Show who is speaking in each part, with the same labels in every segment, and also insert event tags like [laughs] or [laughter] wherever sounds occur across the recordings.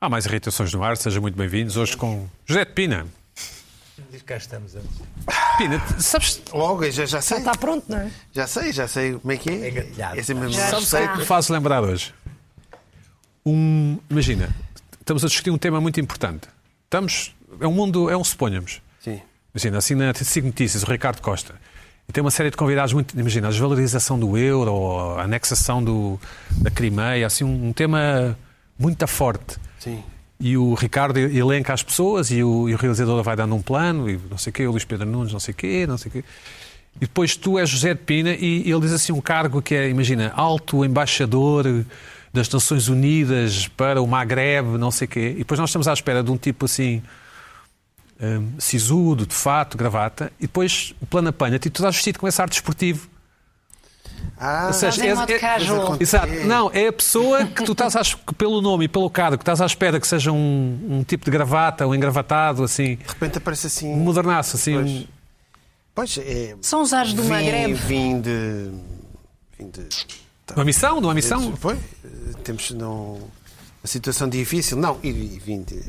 Speaker 1: Há mais irritações no ar, sejam muito bem-vindos. Hoje com José de Pina.
Speaker 2: Diz que cá estamos antes.
Speaker 1: Pina, sabes,
Speaker 3: Logo, eu já, já sei.
Speaker 4: Está pronto, não é?
Speaker 3: Já sei, já sei como é que é.
Speaker 2: É gatilhado.
Speaker 3: É sempre mesmo
Speaker 4: Já
Speaker 1: sabes
Speaker 4: sei.
Speaker 1: o que me faz lembrar hoje? Um, imagina, estamos a discutir um tema muito importante. Estamos, é um mundo, é um suponhamos.
Speaker 3: Sim.
Speaker 1: Imagina, assim na Cinco Notícias, o Ricardo Costa. E tem uma série de convidados muito. Imagina, a desvalorização do euro, ou a anexação do, da Crimeia, assim, um, um tema muito forte.
Speaker 3: Sim.
Speaker 1: E o Ricardo elenca as pessoas e o, e o realizador vai dando um plano, e não sei o quê, o Luís Pedro Nunes, não sei o quê, não sei o quê. E depois tu és José de Pina e, ele diz assim um cargo que é, imagina, alto embaixador das Nações Unidas para o Magreb, não sei o quê. E depois nós estamos à espera de um tipo assim, hum, sisudo, de fato, gravata, e depois o plano apanha-te e tu estás vestido com esse ar desportivo.
Speaker 3: Ah,
Speaker 1: Ou seja,
Speaker 4: Estás em é modo casual.
Speaker 1: Exato.
Speaker 3: É.
Speaker 1: Não, é a pessoa que tu estás, à es- que pelo nome e pelo cargo, que estás à espera que seja um, um tipo de gravata, um engravatado, assim,
Speaker 3: de repente aparece assim.
Speaker 1: um modernaço, assim.
Speaker 3: Pois.
Speaker 1: um-
Speaker 3: Pois é.
Speaker 4: São os ares do
Speaker 3: vim,
Speaker 4: Magreb.
Speaker 3: Vim de. Vim de. tá.
Speaker 1: Uma missão, de uma missão.
Speaker 3: Foi? Eh, Temos não, uma situação difícil. Não, e, e vim de.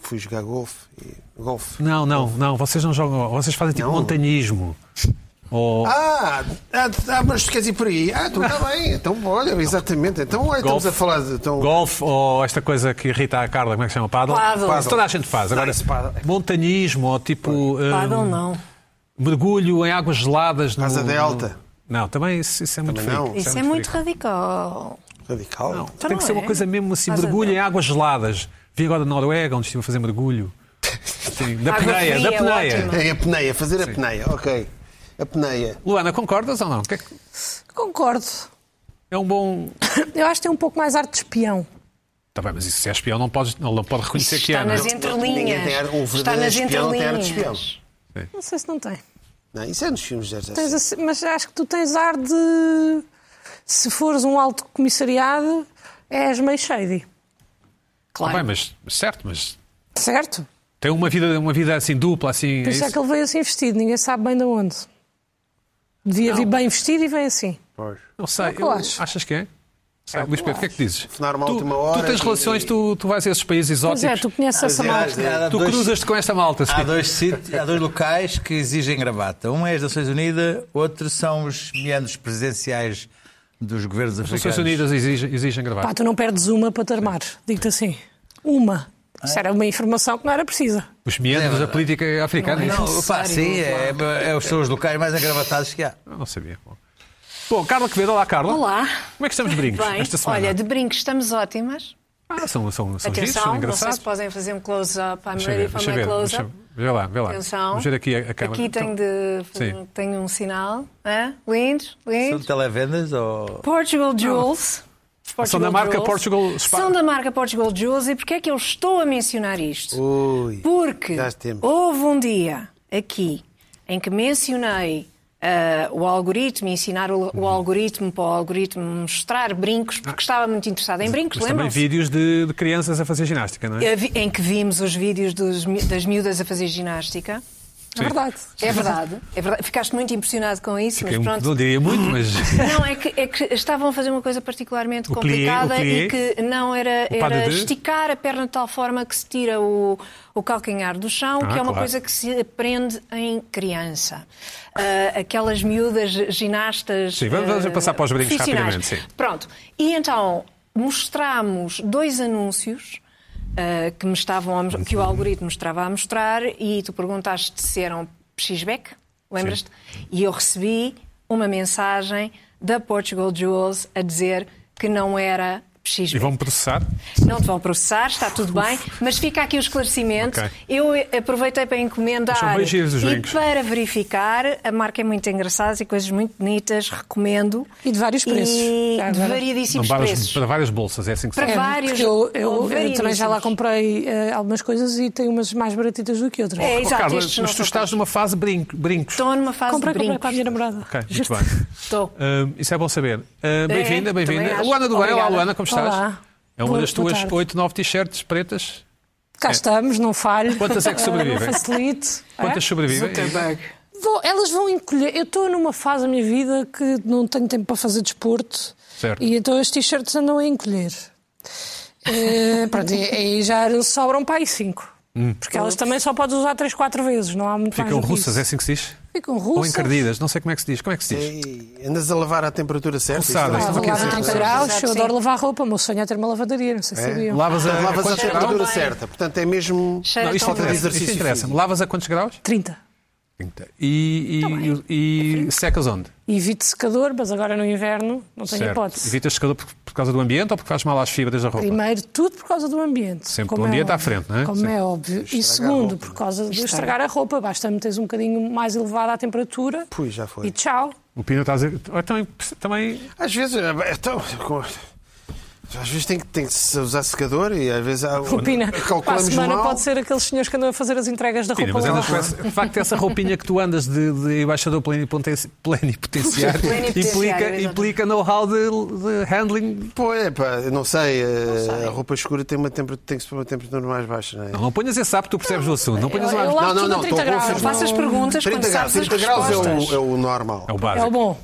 Speaker 3: Fui jogar golfe. e- Golfe.
Speaker 1: Não, não, não, vocês não jogam, vocês fazem tipo
Speaker 3: Não.
Speaker 1: montanhismo. Ou
Speaker 3: Ah, ah, ah, mas tu queres ir por aí? Ah, então está bem. Então, olha, exatamente. Então, olha, estamos
Speaker 1: Golfe.
Speaker 3: a falar de. Então,
Speaker 1: golfe, ou esta coisa que irrita a Carla, como é que se chama? Paddle?
Speaker 4: Paddle.
Speaker 1: Isso toda a gente faz. Agora,
Speaker 3: isso, paddle. é-
Speaker 1: montanhismo, ou tipo. hum,
Speaker 4: Paddle não.
Speaker 1: Mergulho em águas geladas. No,
Speaker 3: Asa Delta.
Speaker 1: no- Não, também isso, isso é muito
Speaker 3: Também
Speaker 1: frio.
Speaker 3: não.
Speaker 4: Isso é muito radical.
Speaker 3: Radical.
Speaker 1: Não,
Speaker 4: Então
Speaker 1: tem
Speaker 4: não
Speaker 1: que ser uma
Speaker 4: é.
Speaker 1: coisa mesmo assim,
Speaker 4: Faz a
Speaker 1: mergulho
Speaker 4: ver.
Speaker 1: em águas geladas. Vim agora da Noruega, onde estive a fazer mergulho.
Speaker 4: [laughs]
Speaker 1: Sim, da
Speaker 4: Água
Speaker 1: peneia,
Speaker 4: fria,
Speaker 1: da peneia.
Speaker 4: ótimo.
Speaker 3: É a peneia, fazer a peneia, ok. A peneia.
Speaker 1: Luana, concordas ou não? Que é que-
Speaker 4: Concordo.
Speaker 1: É um bom.
Speaker 4: Eu acho que tem um pouco mais arte de espião.
Speaker 1: Tá bem, mas isso se é espião não pode, não, não pode reconhecer
Speaker 4: Isso
Speaker 1: que
Speaker 4: está
Speaker 1: é. não é?
Speaker 4: nas
Speaker 3: Ninguém tem ar- um
Speaker 4: entrelinhas. Está
Speaker 3: verdadeiro
Speaker 4: nas
Speaker 3: espião não tem ar de
Speaker 4: entrelinhas.
Speaker 3: espião.
Speaker 4: Não sei se não tem.
Speaker 3: Não, isso é nos filmes já. já
Speaker 4: Tens
Speaker 3: sei.
Speaker 4: assim- mas acho que tu tens ar de. Se fores um alto comissariado, és meio shady.
Speaker 1: Tá
Speaker 4: Claro.
Speaker 1: bem, mas mas certo, mas
Speaker 4: Certo?
Speaker 1: tem uma vida, uma vida assim dupla, assim.
Speaker 4: Por
Speaker 1: é
Speaker 4: isso é
Speaker 1: isso?
Speaker 4: que ele veio assim vestido, ninguém sabe bem de onde. Devia vir bem vestido e vem assim.
Speaker 1: Não sei,
Speaker 4: que eu
Speaker 1: eu-
Speaker 4: acho.
Speaker 1: achas que é? Sei, Luís Pedro, o que é que dizes?
Speaker 3: Afinar uma
Speaker 1: tu,
Speaker 3: última
Speaker 1: tu
Speaker 3: hora
Speaker 1: tens
Speaker 3: e-
Speaker 1: relações, tu, tu vais a esses países
Speaker 4: Pois é,
Speaker 1: exóticos.
Speaker 4: tu conheces essa malta.
Speaker 2: Há
Speaker 1: tu
Speaker 2: dois-
Speaker 1: cruzas-te com esta malta.
Speaker 2: Há
Speaker 1: assim.
Speaker 2: dois, sítios- há dois locais que exigem gravata. Um é as Nações Unidas, outro são os meandros presidenciais dos governos
Speaker 1: As Nações
Speaker 2: africanos.
Speaker 1: Unidas exigem, exigem gravar.
Speaker 4: Pá, tu não perdes uma para te armar, digo-te assim. Uma. Isso era uma informação que não era precisa. É
Speaker 1: Os meandros da política africana. isso.
Speaker 2: Não, pá, sim, é, é, é, são os locais mais engravatados que há.
Speaker 1: Eu Não sabia. Bom, Bom, Carla Quevedo, olá Carla.
Speaker 5: Olá.
Speaker 1: Como é que estamos de brincos
Speaker 5: Bem,
Speaker 1: esta semana?
Speaker 5: olha, de brincos estamos ótimas.
Speaker 1: Ah, são, são, são giros, são
Speaker 5: Atenção, não sei
Speaker 1: engraçados.
Speaker 5: se podem fazer um close-up. I'm
Speaker 1: Deixa eu
Speaker 5: ready
Speaker 1: ver,
Speaker 5: for
Speaker 1: deixa eu
Speaker 5: my
Speaker 1: ver, deixa eu
Speaker 5: close-up.
Speaker 1: ver. Vê lá, vê lá.
Speaker 5: Atenção.
Speaker 1: Vamos ver aqui a, a câmara. Então,
Speaker 5: Aqui tenho, de,
Speaker 1: Sim.
Speaker 5: tenho um sinal. Hã? Lindos,
Speaker 2: São
Speaker 5: lindos.
Speaker 2: televendas ou.
Speaker 5: Portugal Jewels. Portugal
Speaker 1: São da marca
Speaker 5: Jewels.
Speaker 1: Portugal Spa.
Speaker 5: São da marca Portugal Jewels. E porquê é que eu estou a mencionar isto?
Speaker 3: Ui.
Speaker 5: Porque
Speaker 3: Já temos.
Speaker 5: houve um dia aqui em que mencionei ah, o algoritmo, ensinar o, o algoritmo para o algoritmo mostrar brincos, porque estava muito interessada em brincos,
Speaker 1: Ah. Mas também
Speaker 5: lembram-se?
Speaker 1: vídeos de, de crianças a fazer ginástica, não é?
Speaker 5: Eu vi- Em que vimos os vídeos dos mi- das miúdas a fazer ginástica.
Speaker 4: É verdade.
Speaker 5: É verdade, é verdade. Ficaste muito impressionado com isso,
Speaker 1: Que eu
Speaker 5: mas pronto.
Speaker 1: não diria muito,
Speaker 5: [laughs]
Speaker 1: mas
Speaker 5: Não, é que, é que estavam a fazer uma coisa particularmente
Speaker 1: O plié,
Speaker 5: complicada
Speaker 1: o plié.
Speaker 5: e que não era,
Speaker 1: O pas de
Speaker 5: era
Speaker 1: deux.
Speaker 5: esticar a perna de tal forma que se tira o, o calcanhar do chão, que é uma
Speaker 1: Ah, claro.
Speaker 5: coisa que se aprende em criança. Ah, aquelas miúdas ginastas.
Speaker 1: Sim, vamos- vamos
Speaker 5: ah,
Speaker 1: passar para os brincos
Speaker 5: profissionais.
Speaker 1: rapidamente, sim.
Speaker 5: Pronto, e então mostramos dois anúncios. ah, que, me estavam a mos- que o algoritmo estava a mostrar e tu perguntaste se eram X-Beck, lembras-te? E eu recebi uma mensagem da Portugal Jewels a dizer que não era
Speaker 1: e
Speaker 5: X-Beck.
Speaker 1: vão processar.
Speaker 5: Não te vão processar, está tudo bem, mas fica aqui o esclarecimento.
Speaker 1: Ok.
Speaker 5: Eu eh, aproveitei para
Speaker 1: São
Speaker 5: encomendar
Speaker 1: bem giros os
Speaker 5: e
Speaker 1: brincos.
Speaker 5: para verificar. A marca é muito engraçada e coisas muito bonitas, recomendo.
Speaker 4: E de vários preços.
Speaker 5: E
Speaker 4: Já
Speaker 5: de
Speaker 4: agora.
Speaker 1: Não,
Speaker 5: variedíssimos
Speaker 1: várias,
Speaker 5: preços.
Speaker 1: para várias bolsas, é assim que se
Speaker 5: Para
Speaker 1: faz.
Speaker 4: É,
Speaker 5: vários,
Speaker 4: porque eu, eu-
Speaker 5: ou
Speaker 4: eu também já lá
Speaker 5: variedíssimos.
Speaker 4: comprei eh, algumas coisas e tem umas mais baratitas do que outras.
Speaker 5: É,
Speaker 1: Oh,
Speaker 5: exato,
Speaker 1: Carla,
Speaker 5: estes não
Speaker 1: mas tu
Speaker 5: são
Speaker 1: estás
Speaker 5: caros.
Speaker 1: numa fase brinco, brincos.
Speaker 5: Estou numa fase
Speaker 4: comprei,
Speaker 5: de
Speaker 4: comprei
Speaker 5: brincos.
Speaker 4: para a minha namorada.
Speaker 1: Ok, muito
Speaker 4: Justo.
Speaker 1: bem.
Speaker 5: [laughs] Estou.
Speaker 1: Hum, isso é bom saber. Hum, bem-vinda,
Speaker 5: também
Speaker 1: bem-vinda.
Speaker 5: acho.
Speaker 1: Luana do Bem, olá
Speaker 5: Obrigada.
Speaker 1: Luana, como estás?
Speaker 4: Olá.
Speaker 1: É uma
Speaker 4: Boa-
Speaker 1: das
Speaker 4: boa
Speaker 1: tuas
Speaker 4: tarde.
Speaker 1: 8, 9 t-shirts pretas.
Speaker 4: Cá estamos, não falho.
Speaker 1: É. Quantas é que
Speaker 4: Eh,
Speaker 1: sobrevivem?
Speaker 4: [laughs] Não facilite.
Speaker 1: Quantas sobrevivem?
Speaker 4: É? Vou- elas vão encolher. Eu estou numa fase da minha vida que não tenho tempo para fazer desporto.
Speaker 1: Certo.
Speaker 4: E então as t-shirts andam a encolher. Eh, [laughs] pronto, e aí já sobram para aí cinco. Porque elas também só podes usar três, quatro vezes, não há muito mais.
Speaker 1: Hum. Ficam
Speaker 4: do que
Speaker 1: russas, é
Speaker 4: isso.
Speaker 1: assim que se diz?
Speaker 4: Ficam
Speaker 1: Ou
Speaker 4: russas.
Speaker 1: encardidas, não sei como é que se diz. Como é que se diz?
Speaker 3: E andas a lavar à temperatura certa?
Speaker 1: Roçadas.
Speaker 3: Isto
Speaker 4: Ah,
Speaker 3: não-
Speaker 1: Não
Speaker 4: vou
Speaker 1: quer
Speaker 4: lá
Speaker 1: dizer
Speaker 4: 30
Speaker 1: nada.
Speaker 4: graus,
Speaker 5: Exato,
Speaker 4: eu
Speaker 5: sim.
Speaker 4: adoro lavar roupa, o meu sonho é ter uma lavandaria, não sei
Speaker 1: É?
Speaker 4: se sabiam.
Speaker 1: Lavas a,
Speaker 3: Lavas à
Speaker 1: eh, quantos graus?
Speaker 3: temperatura
Speaker 5: bem.
Speaker 3: certa. Portanto, é mesmo
Speaker 5: Cheira
Speaker 1: Não, isto um
Speaker 5: tão
Speaker 3: falta de
Speaker 1: interessa. Isto
Speaker 3: exercício
Speaker 1: interessa-me.
Speaker 3: físico.
Speaker 1: Lavas a quantos graus?
Speaker 4: 30.
Speaker 1: Então.
Speaker 4: Tá
Speaker 1: E,
Speaker 4: É
Speaker 1: e, e secas onde?
Speaker 4: E evito secador, mas agora no inverno não tenho
Speaker 1: Certo.
Speaker 4: hipótese.
Speaker 1: Evitas secador por, por causa do ambiente ou porque faz mal às fibras da roupa?
Speaker 4: Primeiro, tudo por causa do ambiente.
Speaker 1: Sempre
Speaker 4: como
Speaker 1: o ambiente
Speaker 4: é
Speaker 1: à frente, não é?
Speaker 4: Como
Speaker 1: Sim.
Speaker 4: é óbvio. e
Speaker 3: a
Speaker 4: segundo,
Speaker 3: roupa.
Speaker 4: por causa de estragar a roupa. Basta meteres um bocadinho mais elevada a temperatura.
Speaker 3: Pui, já foi.
Speaker 4: E tchau.
Speaker 1: O Pino está a dizer. "Oh, Também, também
Speaker 3: Às vezes, é, é tão- com- às vezes tem que, tem que se usar secador e às vezes há, um-
Speaker 4: Pina, para
Speaker 3: [laughs]
Speaker 4: a
Speaker 3: calculamos
Speaker 4: semana
Speaker 3: mal.
Speaker 4: pode ser aqueles senhores que andam a fazer as entregas da
Speaker 1: Pina, mas
Speaker 4: roupa lá.
Speaker 1: andas com essa, de facto, essa roupinha que tu andas de, de embaixador plenipotenci-
Speaker 4: [laughs]
Speaker 1: plenipotenciário
Speaker 5: Plenipotenciário,
Speaker 1: implica,
Speaker 5: exatamente.
Speaker 1: implica know-how de, de handling.
Speaker 3: Pô, é, pá, eu não sei, eh, a roupa escura tem, uma temperatura, tem que se pôr uma temperatura mais baixa, não é?
Speaker 1: Não, não ponhas esse sapo, tu percebes o assunto. Não ponhas
Speaker 4: eu-
Speaker 1: lá.
Speaker 4: eu lá-
Speaker 3: não, não, não,
Speaker 4: tudo a
Speaker 3: estou
Speaker 4: 30 graus.
Speaker 3: confirmar.
Speaker 5: Faças perguntas
Speaker 3: 30
Speaker 5: quando
Speaker 3: graus,
Speaker 5: sabes as
Speaker 3: 30 graus é
Speaker 5: respostas.
Speaker 3: o, é o normal.
Speaker 1: É o
Speaker 4: É
Speaker 1: básico.
Speaker 4: o bom.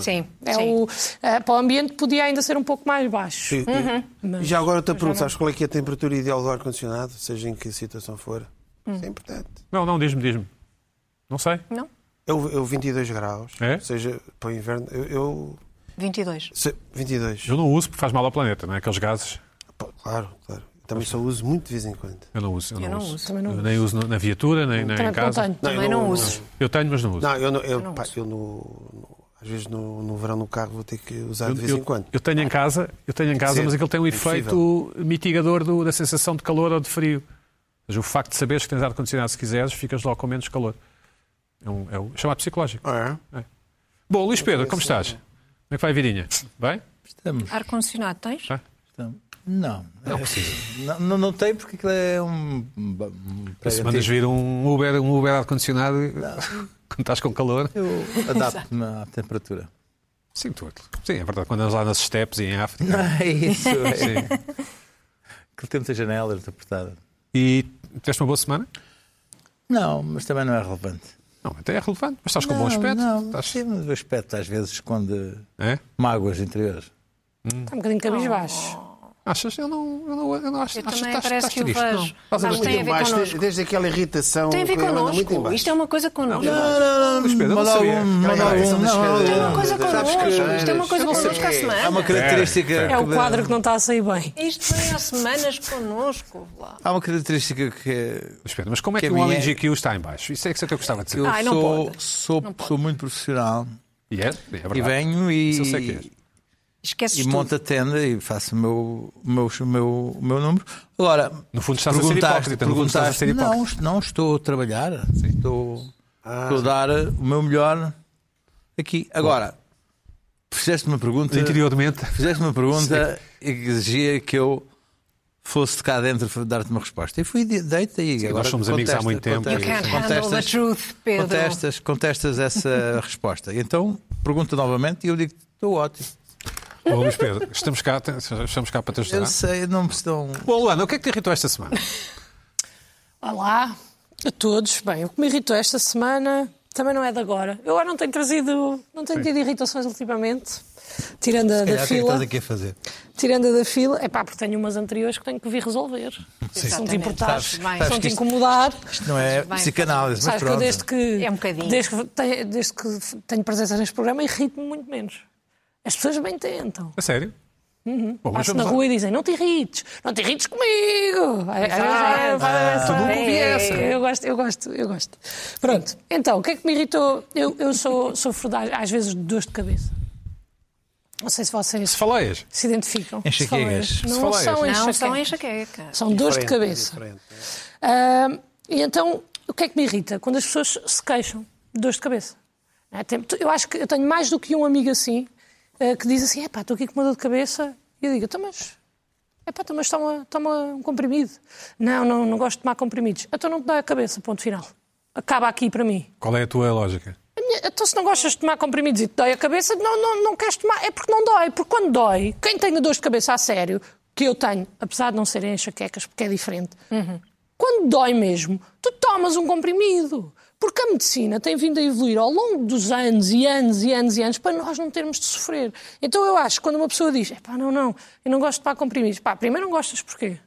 Speaker 5: Sim,
Speaker 4: É
Speaker 5: sim.
Speaker 4: o, eh, para o ambiente podia ainda ser um pouco mais baixo.
Speaker 3: E- e-
Speaker 1: Uhum.
Speaker 3: E já agora estou a perguntar, sabes qual é que é a temperatura ideal do ar-condicionado, seja em que situação for? Isso é importante.
Speaker 1: Não, não, diz-me, diz-me. Não sei.
Speaker 5: Não?
Speaker 3: Eu, eu 22 graus,
Speaker 1: É?
Speaker 3: ou seja, para o inverno, eu... eu
Speaker 5: 22.
Speaker 3: se- 22,
Speaker 1: Eu não uso porque faz mal ao planeta, não é? Aqueles gases.
Speaker 3: Pô, claro, claro. Também só uso muito de vez em quando.
Speaker 1: Eu não uso. Eu,
Speaker 5: Eu
Speaker 1: não
Speaker 5: não
Speaker 1: uso.
Speaker 5: uso.
Speaker 4: Também não
Speaker 1: Eu
Speaker 4: uso.
Speaker 1: nem uso na- na viatura, nem, nem
Speaker 4: Também
Speaker 1: em
Speaker 4: não
Speaker 1: casa.
Speaker 4: tenho.
Speaker 5: Também não uso.
Speaker 1: Eu tenho, mas não uso.
Speaker 3: Não, eu, não, eu, pá, eu no, no- às vezes no, no verão no carro vou ter que usar de vez
Speaker 1: eu,
Speaker 3: em quando.
Speaker 1: eu tenho em casa, eu tenho em casa,
Speaker 3: ser.
Speaker 1: mas aquilo tem um
Speaker 3: É
Speaker 1: efeito mitigador do- da sensação de calor ou de frio. Ou seja, o facto de saberes que tens ar-condicionado se quiseres, ficas logo com menos calor. É, um, é o chamado psicológico.
Speaker 3: Ah,
Speaker 1: Bom, Luís Pedro, como estás? Como é que vai a vidinha? Bem?
Speaker 2: Estamos,
Speaker 5: Ar-condicionado tens?
Speaker 2: estamos. Não. Não É precisa. Não, não tem porque aquilo é um. um
Speaker 1: Para se mandas vir um Uber, um Uber ar-condicionado [laughs] quando estás com calor.
Speaker 2: [laughs] Eu adapto-me à temperatura.
Speaker 1: Sim, tu, sim, é verdade. Quando andas lá nas estepes e em África.
Speaker 2: Não, [laughs] é isso. É.
Speaker 1: Sim.
Speaker 2: Aquilo tem muita janela é apertada.
Speaker 1: E tiveste uma boa semana?
Speaker 2: Não, mas também não é relevante.
Speaker 1: Não, até é relevante, mas estás com um
Speaker 2: não,
Speaker 1: bom aspecto.
Speaker 2: Não,
Speaker 1: Estás-
Speaker 2: sim, mas o aspecto às vezes esconde
Speaker 1: É?
Speaker 2: mágoas interiores.
Speaker 4: Está um bocadinho cabisbaixo.
Speaker 1: Achas? Eu não, eu não, eu não acho.
Speaker 5: Eu
Speaker 1: acho
Speaker 5: também
Speaker 1: estás-
Speaker 5: parece
Speaker 1: estás
Speaker 5: que o
Speaker 1: triste,
Speaker 5: vejo.
Speaker 1: não. Estás a
Speaker 5: Mas
Speaker 1: ver-
Speaker 5: tem a ver
Speaker 3: embaixo, desde,
Speaker 5: connosco.
Speaker 3: desde aquela irritação
Speaker 5: Tem a ver
Speaker 3: que eu ando muito em
Speaker 5: connosco.
Speaker 3: baixo.
Speaker 5: Isto é uma coisa connosco.
Speaker 2: não,
Speaker 1: Luís Pedro, eu não
Speaker 2: manda
Speaker 1: sabia.
Speaker 2: algum, manda
Speaker 3: Aquela
Speaker 2: algum,
Speaker 3: questão das
Speaker 2: não,
Speaker 3: cadeiras.
Speaker 5: Isto é
Speaker 2: não.
Speaker 5: uma coisa
Speaker 3: Sabes que-
Speaker 5: connosco. Isto é uma coisa
Speaker 3: Eu não sei
Speaker 5: connosco à
Speaker 3: porquê.
Speaker 5: semana.
Speaker 2: Há uma característica.
Speaker 4: É o
Speaker 2: que-
Speaker 4: quadro que não está a sair bem.
Speaker 5: Isto vem há semanas connosco. Lá.
Speaker 2: Há uma característica que é.
Speaker 1: Mas espera, mas como é que,
Speaker 2: Que a
Speaker 1: o
Speaker 2: minha
Speaker 1: homem
Speaker 2: é-
Speaker 1: GQ está em baixo? Isso é que isso é que eu gostava de
Speaker 2: que
Speaker 1: dizer.
Speaker 2: eu
Speaker 5: Ai, não
Speaker 2: sou,
Speaker 5: pode.
Speaker 2: sou, sou muito profissional
Speaker 1: E é, é verdade.
Speaker 2: e venho
Speaker 1: Isso eu sei que
Speaker 2: e,
Speaker 1: és.
Speaker 5: Esqueces
Speaker 2: e
Speaker 5: tudo.
Speaker 2: monto a tenda e faço o meu, o meu, o meu, o meu número. Agora,
Speaker 1: No fundo estás a ser hipócrita, no fundo estás a ser
Speaker 2: não, não estou a trabalhar, estou, estou a dar o meu melhor aqui. Agora, fizeste uma pergunta,
Speaker 1: Interiormente.
Speaker 2: fizeste uma pergunta e que exigia que eu fosse de cá dentro dar-te uma resposta. E fui de- deita e agora
Speaker 1: nós somos amigos há
Speaker 2: contesta-
Speaker 1: muito tempo
Speaker 5: You can't
Speaker 2: contesta-
Speaker 5: handle the
Speaker 2: contestas-
Speaker 5: truth, Pedro.
Speaker 2: contestas, contestas essa [laughs] resposta. E Então pergunta novamente e eu digo: estou ótimo.
Speaker 1: Bom, Luís Pedro, estamos cá, te- estamos cá para te
Speaker 2: Eu
Speaker 1: ajudar.
Speaker 2: sei, não é? me estão.
Speaker 1: Bom, Luana, o que é que te irritou esta semana?
Speaker 4: Olá a todos. Bem, o que me irritou esta semana também não é de agora. Eu não tenho trazido, não tenho tido irritações ultimamente, tirando a da
Speaker 2: Calhar, o que é que estás
Speaker 4: fila.
Speaker 2: aqui a fazer?
Speaker 4: Tirando a da fila, é pá, porque tenho umas anteriores que tenho que vir resolver. São te
Speaker 5: Exatamente.
Speaker 4: importar,
Speaker 5: Sabes- sabes
Speaker 4: são
Speaker 2: que
Speaker 4: te
Speaker 2: isto-
Speaker 4: incomodar.
Speaker 2: Isto não é
Speaker 5: Bem,
Speaker 2: psicanálise, mas
Speaker 4: Sabes que eu
Speaker 2: pronto.
Speaker 4: desde que,
Speaker 5: É um bocadinho.
Speaker 4: desde, que tenho, desde que tenho presença neste programa irrito-me muito menos. As pessoas bem tentam.
Speaker 1: A sério?
Speaker 2: Uhum.
Speaker 1: Bom, mas
Speaker 4: Passo
Speaker 1: vamos
Speaker 4: na
Speaker 1: lá.
Speaker 4: rua e dizem, não te irrites, não te irrites comigo. Às vezes é, vai lá essa-
Speaker 1: Tu nunca ouvi essa.
Speaker 4: Eu gosto, eu gosto, eu gosto. Pronto, então, o que é que me irritou? Eu, eu sou, sofro de- às vezes de dores de cabeça. Não sei se
Speaker 1: Se
Speaker 4: vocês
Speaker 1: faleias.
Speaker 4: se identificam.
Speaker 2: Enxaquecas.
Speaker 4: Se faleias. Não
Speaker 1: faleias.
Speaker 4: são
Speaker 5: Não,
Speaker 4: enxaquecas.
Speaker 5: são enxaqueca.
Speaker 4: São dores é de
Speaker 3: é
Speaker 4: cabeça. Ah, e então, o que é que me irrita? Quando as pessoas se queixam de dores de cabeça. Não é? Tem- Eu acho que eu tenho mais do que um amigo assim ah, que diz assim: epá, estou aqui com uma dor de cabeça. E eu digo: então, mas. Epá, então, mas toma, toma um comprimido. Não, não, não gosto de tomar comprimidos. Então não te dá a cabeça, ponto final. Acaba aqui para mim.
Speaker 1: Qual é a tua lógica?
Speaker 4: A minha- Então, se não gostas de tomar comprimidos e te dói a cabeça, não, não, não queres tomar. É porque não dói. Porque quando dói, quem tem dores de cabeça a sério, que eu tenho, apesar de não
Speaker 5: Uhum.
Speaker 4: serem enxaquecas, porque é diferente, quando dói mesmo, tu tomas um comprimido. Porque a medicina tem vindo a evoluir ao longo dos anos e anos e anos e anos para nós não termos de sofrer. Então eu acho que quando uma pessoa diz, pá, não, não, eu não gosto de tomar comprimidos, pá, primeiro não gostas porquê?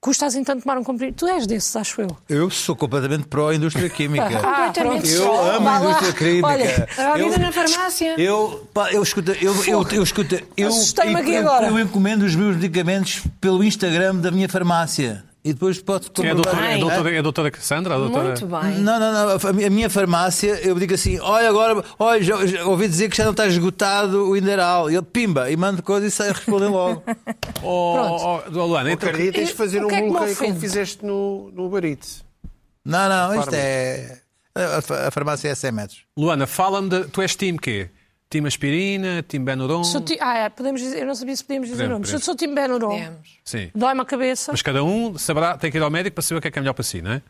Speaker 4: Custas então tomar um comprimido? Tu és desses, acho eu.
Speaker 2: Eu sou completamente pró-indústria
Speaker 4: [laughs]
Speaker 2: química.
Speaker 5: Completamente
Speaker 2: É. Ah, Eu
Speaker 5: só.
Speaker 2: amo
Speaker 5: Vá
Speaker 2: a
Speaker 5: lá.
Speaker 2: indústria química.
Speaker 4: Olha,
Speaker 5: A vida
Speaker 2: Eu-
Speaker 5: na farmácia.
Speaker 2: Eu, pá, eu escuta, eu, eu, eu escuta, eu,
Speaker 4: Assustei-me
Speaker 2: eu-
Speaker 4: aqui
Speaker 2: eu-
Speaker 4: agora.
Speaker 2: eu encomendo os meus medicamentos pelo Instagram da minha farmácia e depois posso
Speaker 1: É a doutora, é a
Speaker 5: Bem.
Speaker 1: doutora, é a doutora Cassandra? A doutora...
Speaker 5: Muito bem.
Speaker 2: Não, não, não. A mi- a minha farmácia, eu digo assim: olha, agora, olha, já, já ouvi dizer que já não está esgotado o mineral. E ele pimba, e mando coisa e sai respondem
Speaker 4: [laughs]
Speaker 2: logo.
Speaker 1: Oh, oh, oh, Luana, então,
Speaker 3: Qualquer dia tens de fazer
Speaker 4: o
Speaker 3: um
Speaker 4: que é que me
Speaker 3: bulking como
Speaker 4: ofende?
Speaker 3: fizeste no, no Barito.
Speaker 2: Não, não, isto é. A, fa- a farmácia é 100 metros.
Speaker 1: Luana, fala-me de. Tu és time quê? Time aspirina, time Benuron?
Speaker 4: Sou ti- Ah, é, podemos dizer, eu não sabia se podíamos dizer
Speaker 1: Hum. Podemos,
Speaker 4: nomes. Eu
Speaker 1: podemos.
Speaker 4: sou Tim Benuron,
Speaker 5: Temos.
Speaker 1: Sim.
Speaker 4: dói-me a cabeça,
Speaker 1: Mas cada um saberá, tem que ir ao médico para saber o que é que é melhor para si, não é?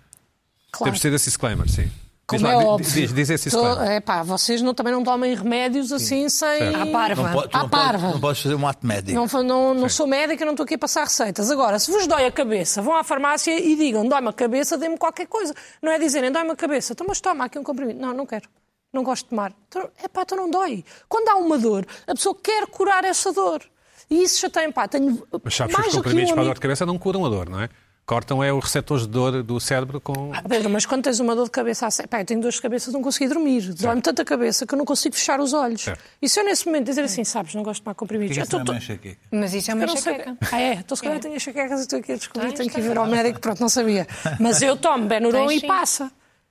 Speaker 4: claro.
Speaker 1: Temos de ter esse disclaimer, sim.
Speaker 4: Como
Speaker 1: diz
Speaker 4: é
Speaker 1: lá, di-
Speaker 4: óbvio.
Speaker 1: Diz, diz esse
Speaker 4: Tô-
Speaker 1: disclaimer.
Speaker 4: é pá, vocês não, também não tomem remédios assim sem.
Speaker 5: À parva.
Speaker 2: Não, po- tu
Speaker 4: À
Speaker 2: não, podes,
Speaker 4: parva.
Speaker 2: não podes fazer um ato médico.
Speaker 4: Não, fa- não, não sou médica, não estou aqui a passar receitas. Agora, se vos dói a cabeça, vão à farmácia e digam: dói-me a cabeça, dê-me qualquer coisa. Não é dizerem: dói-me a cabeça, então, mas toma aqui um comprimido. Não, não quero. Não gosto de tomar. Então, é pá, então não dói. Quando há uma dor, a pessoa quer curar essa dor. E isso já tem, pá, tenho.
Speaker 1: Mas sabes que
Speaker 4: mais
Speaker 1: os
Speaker 4: do que um
Speaker 1: comprimidos para a dor de
Speaker 4: amigo-
Speaker 1: cabeça não curam a dor, não é? Cortam é os receptores de dor do cérebro com.
Speaker 4: Pedro, mas quando tens uma dor de cabeça, assim, pá, eu tenho dores de cabeça, não consegui dormir. Dói-me tanta cabeça que eu não consigo fechar os olhos.
Speaker 1: Certo.
Speaker 4: E se eu nesse momento dizer assim, sabes, não gosto de tomar
Speaker 2: é
Speaker 4: comprimidos, eu tô- tô-
Speaker 2: aqui?
Speaker 5: Mas isso é
Speaker 4: Eu
Speaker 5: uma
Speaker 4: não sei.
Speaker 5: chaqueca.
Speaker 4: Ah, é? Então se calhar tenho enxaquecas e estou aqui a descobrir,
Speaker 5: Tens,
Speaker 4: tenho que ir
Speaker 5: tens.
Speaker 4: ver ao médico, pronto, não sabia. Mas eu tomo Benuron
Speaker 5: Tens,
Speaker 4: e
Speaker 5: sim.
Speaker 4: passa.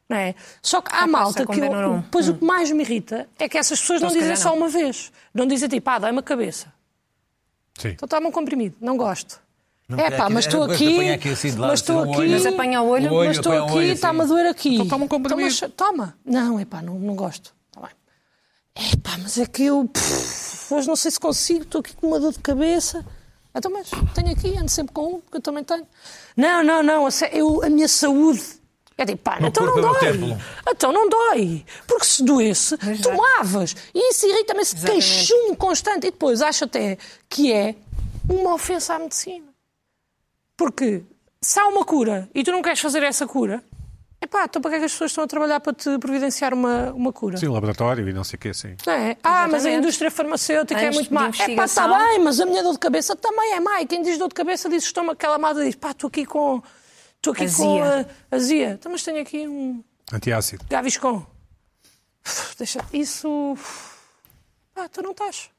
Speaker 4: Não é? Só que há malta
Speaker 5: com
Speaker 4: que. Eu,
Speaker 5: Benuron. Hum.
Speaker 4: pois o que mais me irrita é que essas pessoas
Speaker 5: Então,
Speaker 4: não
Speaker 5: se
Speaker 4: dizem
Speaker 5: calhar
Speaker 4: só
Speaker 5: não.
Speaker 4: uma vez. Não dizem tipo, ah, dói-me a cabeça.
Speaker 1: Sim.
Speaker 4: Então toma um comprimido, não gosto. é
Speaker 2: quero
Speaker 4: pá,
Speaker 2: aqui-
Speaker 4: mas
Speaker 2: é
Speaker 4: estou
Speaker 2: uma coisa de
Speaker 4: aqui,
Speaker 2: apanhar aqui assim de lado,
Speaker 4: mas estou
Speaker 2: assim, o
Speaker 4: aqui,
Speaker 2: olho.
Speaker 1: é
Speaker 5: Mas apanha o olho,
Speaker 2: O olho,
Speaker 4: mas estou
Speaker 2: apanha o
Speaker 4: aqui,
Speaker 2: olho,
Speaker 4: está-me a
Speaker 2: assim.
Speaker 4: doer aqui.
Speaker 1: Então toma um comprimido.
Speaker 4: Toma, cha- Toma. Não, é pá, não, não gosto. Está bem. É pá, mas é que eu pff, hoje não sei se consigo, estou aqui com uma dor de cabeça. Então, mas tenho aqui, ando sempre com um, porque eu também tenho. Não, não, não, a, sé- eu, a minha saúde. É tipo, pá, então não
Speaker 2: corpo é
Speaker 4: dói.
Speaker 2: meu templo.
Speaker 4: Então não dói. Porque se doesse, tomavas. E isso irrita-me esse
Speaker 5: Exatamente.
Speaker 4: queixume constante. E depois acho até que é uma ofensa à medicina. Porque se há uma cura e tu não queres fazer essa cura, epá, então para que é que as pessoas estão a trabalhar para te providenciar uma, uma cura?
Speaker 1: Sim, laboratório e não sei o quê, sim.
Speaker 4: Não é? Ah, mas a
Speaker 5: Exatamente.
Speaker 4: indústria farmacêutica é
Speaker 5: Antes
Speaker 4: muito
Speaker 5: de
Speaker 4: má. É pá, está
Speaker 5: investigação.
Speaker 4: bem, mas a minha dor de cabeça também é má. E quem diz dor de cabeça diz estômago, aquela amada diz, pá, estou aqui com. Estou aqui com
Speaker 5: Azia.
Speaker 4: a azia. Então, mas tenho aqui um
Speaker 1: Antiácido.
Speaker 4: Gaviscon. Uf, Deixa. Isso. Pá, tu não estás.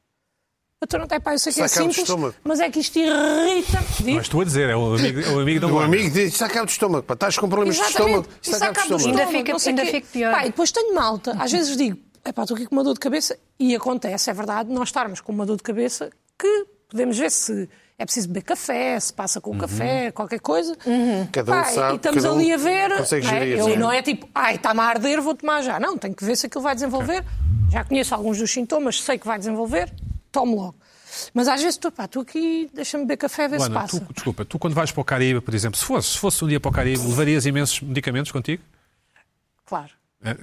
Speaker 4: Tu não estás. Pá, eu sei que é
Speaker 3: Saca-me do
Speaker 4: simples,
Speaker 3: estômago.
Speaker 4: mas é que isto irrita.
Speaker 1: Mas estou a dizer, é o amigo, é o amigo da
Speaker 3: Um
Speaker 1: Luana.
Speaker 3: amigo diz: saca do estômago, pá, estás com problemas
Speaker 4: Exatamente.
Speaker 3: de estômago, é
Speaker 4: Isso
Speaker 3: saca do
Speaker 4: acaba do
Speaker 3: estômago.
Speaker 5: Ainda
Speaker 4: estômago,
Speaker 5: fica-
Speaker 4: não sei
Speaker 5: ainda
Speaker 4: quê.
Speaker 5: fica pior.
Speaker 4: Pá, e depois tenho malta. Às vezes digo, epá, estou aqui com uma dor de cabeça e acontece, é verdade, nós estarmos com uma dor de cabeça que podemos ver se é preciso beber café, se passa com o café, qualquer coisa.
Speaker 3: Uhum.
Speaker 5: Uhum.
Speaker 3: Cada um
Speaker 4: e-
Speaker 3: sabe,
Speaker 4: E estamos
Speaker 3: cada um
Speaker 4: ali a ver.
Speaker 3: consegue
Speaker 4: não é?
Speaker 3: gerir,
Speaker 4: Eu-
Speaker 3: não é?
Speaker 4: não é tipo, ai, está-me a arder, vou tomar já. Não, tenho que ver se aquilo vai desenvolver. Já conheço alguns dos sintomas, sei que vai desenvolver, tomo logo. Mas às vezes estou, pá, estou aqui, deixa-me beber café, ver se
Speaker 1: Luana,
Speaker 4: passa.
Speaker 1: tu, desculpa, tu quando vais para o Caribe, por exemplo, se fosse, se fosse um dia para o Caribe, levarias imensos medicamentos contigo?
Speaker 4: Hum. Claro.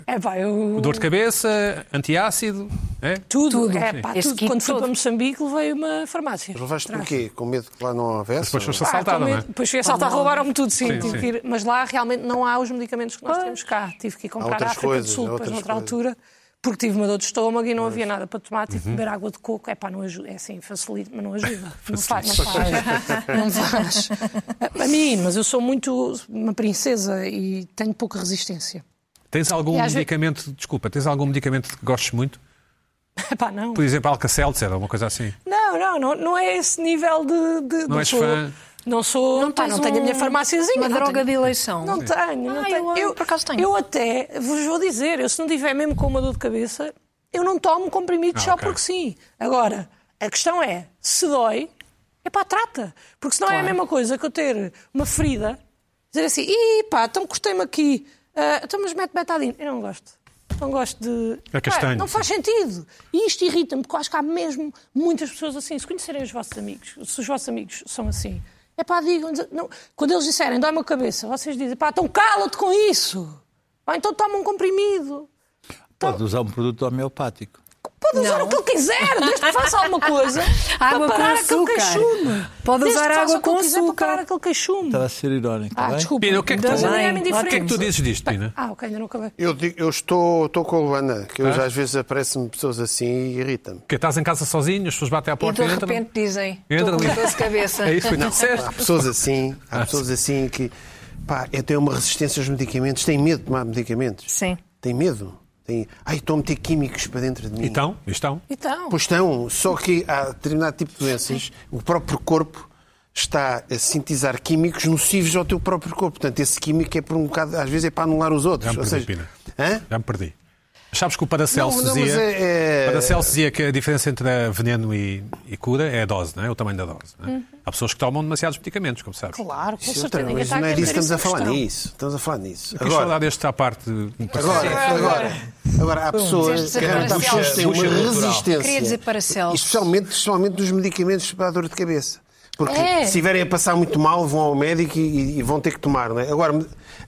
Speaker 4: É, pá, eu...
Speaker 1: Dor de cabeça, antiácido, é?
Speaker 4: Tudo, é pá,
Speaker 5: Esse
Speaker 4: tudo.
Speaker 5: kit
Speaker 4: Quando fui
Speaker 5: todo.
Speaker 4: para Moçambique levei uma farmácia.
Speaker 3: Mas levaste porquê? Com medo que lá não houvesse?
Speaker 1: Depois foste
Speaker 4: Ah,
Speaker 1: assaltada,
Speaker 4: com
Speaker 1: não é?
Speaker 4: medo- Depois fui assaltar, roubaram-me tudo, sim.
Speaker 1: Sim,
Speaker 4: tive
Speaker 1: sim.
Speaker 4: que ir- mas lá realmente não há os medicamentos que nós temos cá. Tive que ir comprar
Speaker 3: outras
Speaker 4: à África
Speaker 3: coisas,
Speaker 4: do
Speaker 3: há
Speaker 4: Sul, depois
Speaker 3: outras
Speaker 4: noutra
Speaker 3: coisas.
Speaker 4: altura, porque tive uma dor de estômago e não havia nada para tomar, tive que
Speaker 3: Uhum.
Speaker 4: beber água de coco. É pá, não ajuda. É assim, facilita, mas não
Speaker 3: [laughs]
Speaker 4: ajuda. não faz, não faz. [laughs] não faz. A mim, mas eu sou muito uma princesa e tenho pouca resistência.
Speaker 1: Tens algum
Speaker 4: E às vezes-
Speaker 1: medicamento, desculpa, tens algum medicamento que gostes muito?
Speaker 4: É pá, não.
Speaker 1: Por exemplo, Alka-Seltzer, alguma coisa assim.
Speaker 4: Não, não, não, não é esse nível de. de-
Speaker 1: Não és
Speaker 4: sou,
Speaker 1: fã?
Speaker 4: Não sou. Não,
Speaker 5: Não
Speaker 4: pá,
Speaker 5: tens
Speaker 4: não tenho a minha
Speaker 5: um-
Speaker 4: farmáciazinha.
Speaker 5: uma
Speaker 4: não
Speaker 5: droga
Speaker 4: tenho.
Speaker 5: de eleição?
Speaker 4: Não
Speaker 5: Sim.
Speaker 4: tenho, não
Speaker 5: Ah,
Speaker 4: tenho.
Speaker 5: eu- por acaso tenho.
Speaker 4: Eu até vos vou dizer, eu se não tiver mesmo com uma dor de cabeça, eu não tomo comprimidos
Speaker 1: Ah,
Speaker 4: só
Speaker 1: ok.
Speaker 4: porque sim. Agora, a questão é, se dói, é pá, trata. Porque senão é a
Speaker 5: Claro.
Speaker 4: mesma coisa que eu ter uma ferida, dizer assim, ih pá, então cortei-me aqui, ah, então mas mete betadine. Eu não gosto. Não gosto de.
Speaker 1: É castanho,
Speaker 4: Pá, não
Speaker 1: sim.
Speaker 4: faz sentido. E isto irrita-me, porque eu acho que há mesmo muitas pessoas assim. Se conhecerem os vossos amigos, se os vossos amigos são assim, é pá, digam não. Quando eles disserem, dói-me a cabeça, vocês dizem, pá, então cala-te com isso. Ou então toma um comprimido.
Speaker 2: Pode usar um produto homeopático.
Speaker 4: Pá, Pode usar
Speaker 5: Não.
Speaker 4: o que ele quiser, desde que faça alguma coisa.
Speaker 5: [laughs] Água com
Speaker 4: para parar
Speaker 5: açúcar.
Speaker 4: aquele queixume.
Speaker 5: Pode
Speaker 4: Desde
Speaker 5: usar
Speaker 4: que faça
Speaker 5: água
Speaker 4: o que ele
Speaker 5: com
Speaker 4: quiser para
Speaker 5: açúcar. Tá
Speaker 4: parar aquele queixume.
Speaker 2: Está a ser irónico.
Speaker 4: Ah,
Speaker 2: bem?
Speaker 4: desculpa.
Speaker 1: Pina, o que é que tu-
Speaker 4: Dois ali é
Speaker 5: Bem,
Speaker 1: O que é que tu
Speaker 4: indiferente.
Speaker 1: dizes disto, Pina?
Speaker 4: Ah, ok, ainda não acabei.
Speaker 3: Eu, digo- eu estou, estou com a Luana, que eu já às vezes aparecem pessoas assim e irritam-me.
Speaker 1: Porque estás em casa sozinho, as pessoas batem à
Speaker 5: E
Speaker 1: porta
Speaker 5: de
Speaker 1: e, entram.
Speaker 5: repente dizem,
Speaker 1: Entra
Speaker 5: estou com
Speaker 1: ali.
Speaker 5: dor de cabeça.
Speaker 1: [laughs] É isso, foi não.
Speaker 3: Há
Speaker 1: disseste.
Speaker 3: pessoas assim, há pessoas assim que pá, eu tenho uma resistência aos medicamentos, têm medo de tomar medicamentos.
Speaker 5: Sim.
Speaker 3: Têm medo. Têm, ai, estou a meter químicos para dentro de mim.
Speaker 1: Então, estão.
Speaker 4: Então,
Speaker 3: Pois estão, só que há determinado tipo de doenças, o próprio corpo está a sintetizar químicos nocivos ao teu próprio corpo. Portanto, esse químico é por um bocado, às vezes é para anular os outros.
Speaker 1: Já me
Speaker 3: Ou
Speaker 1: perdi,
Speaker 3: seja,
Speaker 1: Pina.
Speaker 3: hã?
Speaker 1: Já me perdi. Sabes que o Paracelso
Speaker 3: Não, não, mas
Speaker 1: dizia,
Speaker 3: é- é-
Speaker 1: Paracelso dizia que a diferença entre a veneno e, e cura é a dose, não é? O tamanho da dose. não é?
Speaker 5: Uhum.
Speaker 1: Há pessoas que tomam demasiados medicamentos, como sabes.
Speaker 4: claro, com
Speaker 3: Isso
Speaker 4: certeza.
Speaker 3: outra,
Speaker 4: ninguém
Speaker 3: mas
Speaker 4: está
Speaker 3: não é
Speaker 4: aqui
Speaker 3: disso que
Speaker 4: meter
Speaker 3: estamos a
Speaker 4: isso em
Speaker 3: falar
Speaker 4: questão.
Speaker 3: nisso. Estamos a falar nisso.
Speaker 1: Quis falar
Speaker 3: Agora,
Speaker 1: deste à parte. um
Speaker 3: agora, agora, agora há pessoas
Speaker 5: Dizeste
Speaker 3: que
Speaker 5: para
Speaker 3: há pessoas que têm uma
Speaker 1: Bucha natural.
Speaker 3: resistência.
Speaker 5: Queria dizer para Celso.
Speaker 3: Especialmente, especialmente dos medicamentos para a dor de cabeça. Porque
Speaker 4: É.
Speaker 3: se estiverem a passar muito mal, vão ao médico e, e vão ter que tomar, não é? Agora,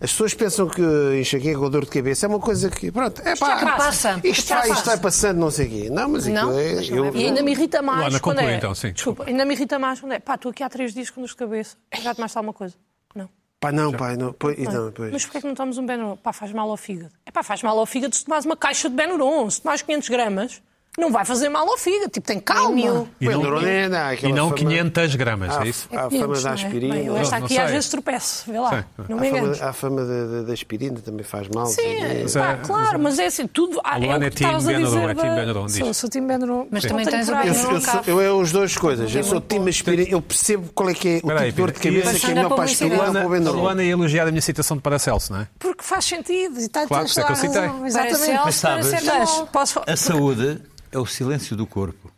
Speaker 3: as pessoas pensam que enxaqueca ou dor de cabeça é uma coisa que, pronto, é pá,
Speaker 5: já passa.
Speaker 3: Isto,
Speaker 5: Isto já
Speaker 3: vai, isto
Speaker 5: passa.
Speaker 3: vai passando, não sei o quê. Não, mas aquilo
Speaker 5: Não,
Speaker 3: é.
Speaker 5: mas não é
Speaker 3: eu-
Speaker 4: E ainda me irrita mais
Speaker 1: Luana,
Speaker 4: quando
Speaker 1: conclui
Speaker 4: é...
Speaker 1: então, sim,
Speaker 4: Desculpa, ainda me irrita mais quando é... Pá, estou aqui há três dias com dor de cabeça. Já tomaste alguma coisa? Não.
Speaker 3: Pá, não, pá, não. Pois, não, pois.
Speaker 4: Mas porquê é que não tomas um Benuron? Pá, faz mal ao fígado. É pá, faz mal ao fígado se tomares uma caixa de Benuron. Se tomares 500 gramas, não vai fazer mal ao fígado. Tipo, tem calma.
Speaker 5: mil.
Speaker 1: E não,
Speaker 3: Pedro, né, não,
Speaker 1: e
Speaker 3: aquela Ah,
Speaker 1: não
Speaker 3: fama-
Speaker 1: 500 gramas,
Speaker 3: Há,
Speaker 1: é isso?
Speaker 3: há a
Speaker 4: 500,
Speaker 3: fama da
Speaker 4: não é?
Speaker 3: aspirina.
Speaker 4: Bem, eu esta
Speaker 1: Não
Speaker 4: aqui
Speaker 1: sei.
Speaker 4: às vezes tropeço, vê lá.
Speaker 1: Sim.
Speaker 4: Não
Speaker 3: Há
Speaker 4: me
Speaker 3: a fama-
Speaker 4: enganes.
Speaker 3: Há a fama da, da- da aspirina, também faz mal.
Speaker 4: Sim, é,
Speaker 1: Mas
Speaker 4: pá,
Speaker 1: é-
Speaker 4: claro, mas é assim, tudo. Ah,
Speaker 1: Luana
Speaker 4: é
Speaker 1: é
Speaker 4: o que
Speaker 1: team
Speaker 4: estavas a
Speaker 1: Benuron,
Speaker 4: dizer
Speaker 1: é team
Speaker 4: da-
Speaker 1: Benuron, diz.
Speaker 4: Sou, sou Tim Benuron.
Speaker 5: Mas
Speaker 4: Não
Speaker 5: também
Speaker 4: tenho
Speaker 5: tens o
Speaker 4: coragem.
Speaker 3: Eu,
Speaker 5: Benuron.
Speaker 3: eu, sou, eu, eu as duas coisas. Eu sou time aspirina. Eu percebo qual é que é o
Speaker 1: Espera aí,
Speaker 3: tipo de dor de
Speaker 1: Pina. E
Speaker 3: cabeça
Speaker 1: a-
Speaker 3: que é melhor para a
Speaker 5: Mas anda
Speaker 3: aspirina
Speaker 5: para
Speaker 3: ou para o
Speaker 1: Luana, a
Speaker 3: Benuron.
Speaker 1: Luana ia elogiar a minha citação de Paracelso, não é?
Speaker 4: Porque faz sentido. E tá,
Speaker 1: Claro, por
Speaker 4: tens
Speaker 1: isso é que eu
Speaker 4: toda a
Speaker 1: citei.
Speaker 4: razão,
Speaker 5: Para
Speaker 4: Exatamente.
Speaker 5: Celso,
Speaker 2: Mas sabes-
Speaker 5: para
Speaker 4: Mas
Speaker 5: Sergão.
Speaker 4: posso falar?
Speaker 2: A saúde é o silêncio do corpo.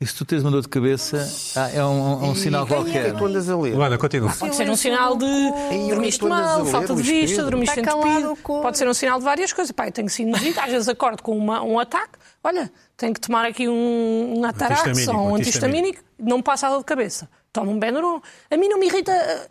Speaker 2: E se tu tens uma dor de cabeça, ah, é um, um- um sinal qualquer.
Speaker 3: é Tu andas a ler.
Speaker 1: Luana, continua.
Speaker 4: Pode ser um sinal de
Speaker 3: Ei, eu
Speaker 4: dormiste
Speaker 3: estou a
Speaker 4: mal,
Speaker 3: desoler,
Speaker 4: falta de
Speaker 3: Luís
Speaker 4: vista,
Speaker 3: Pedro.
Speaker 4: dormiste
Speaker 5: Está calado
Speaker 4: entupido.
Speaker 5: o corpo.
Speaker 4: Pode ser um sinal de várias coisas. Pá, eu tenho sinusite, às vezes acordo com uma- um ataque. Olha, tenho que tomar aqui um, um Atarax
Speaker 1: Antihistamínico,
Speaker 4: ou um
Speaker 1: antihistamínico.
Speaker 4: antihistamínico, não me passa a dor de cabeça. Tomo um Benuron. A mim não me irrita... eh,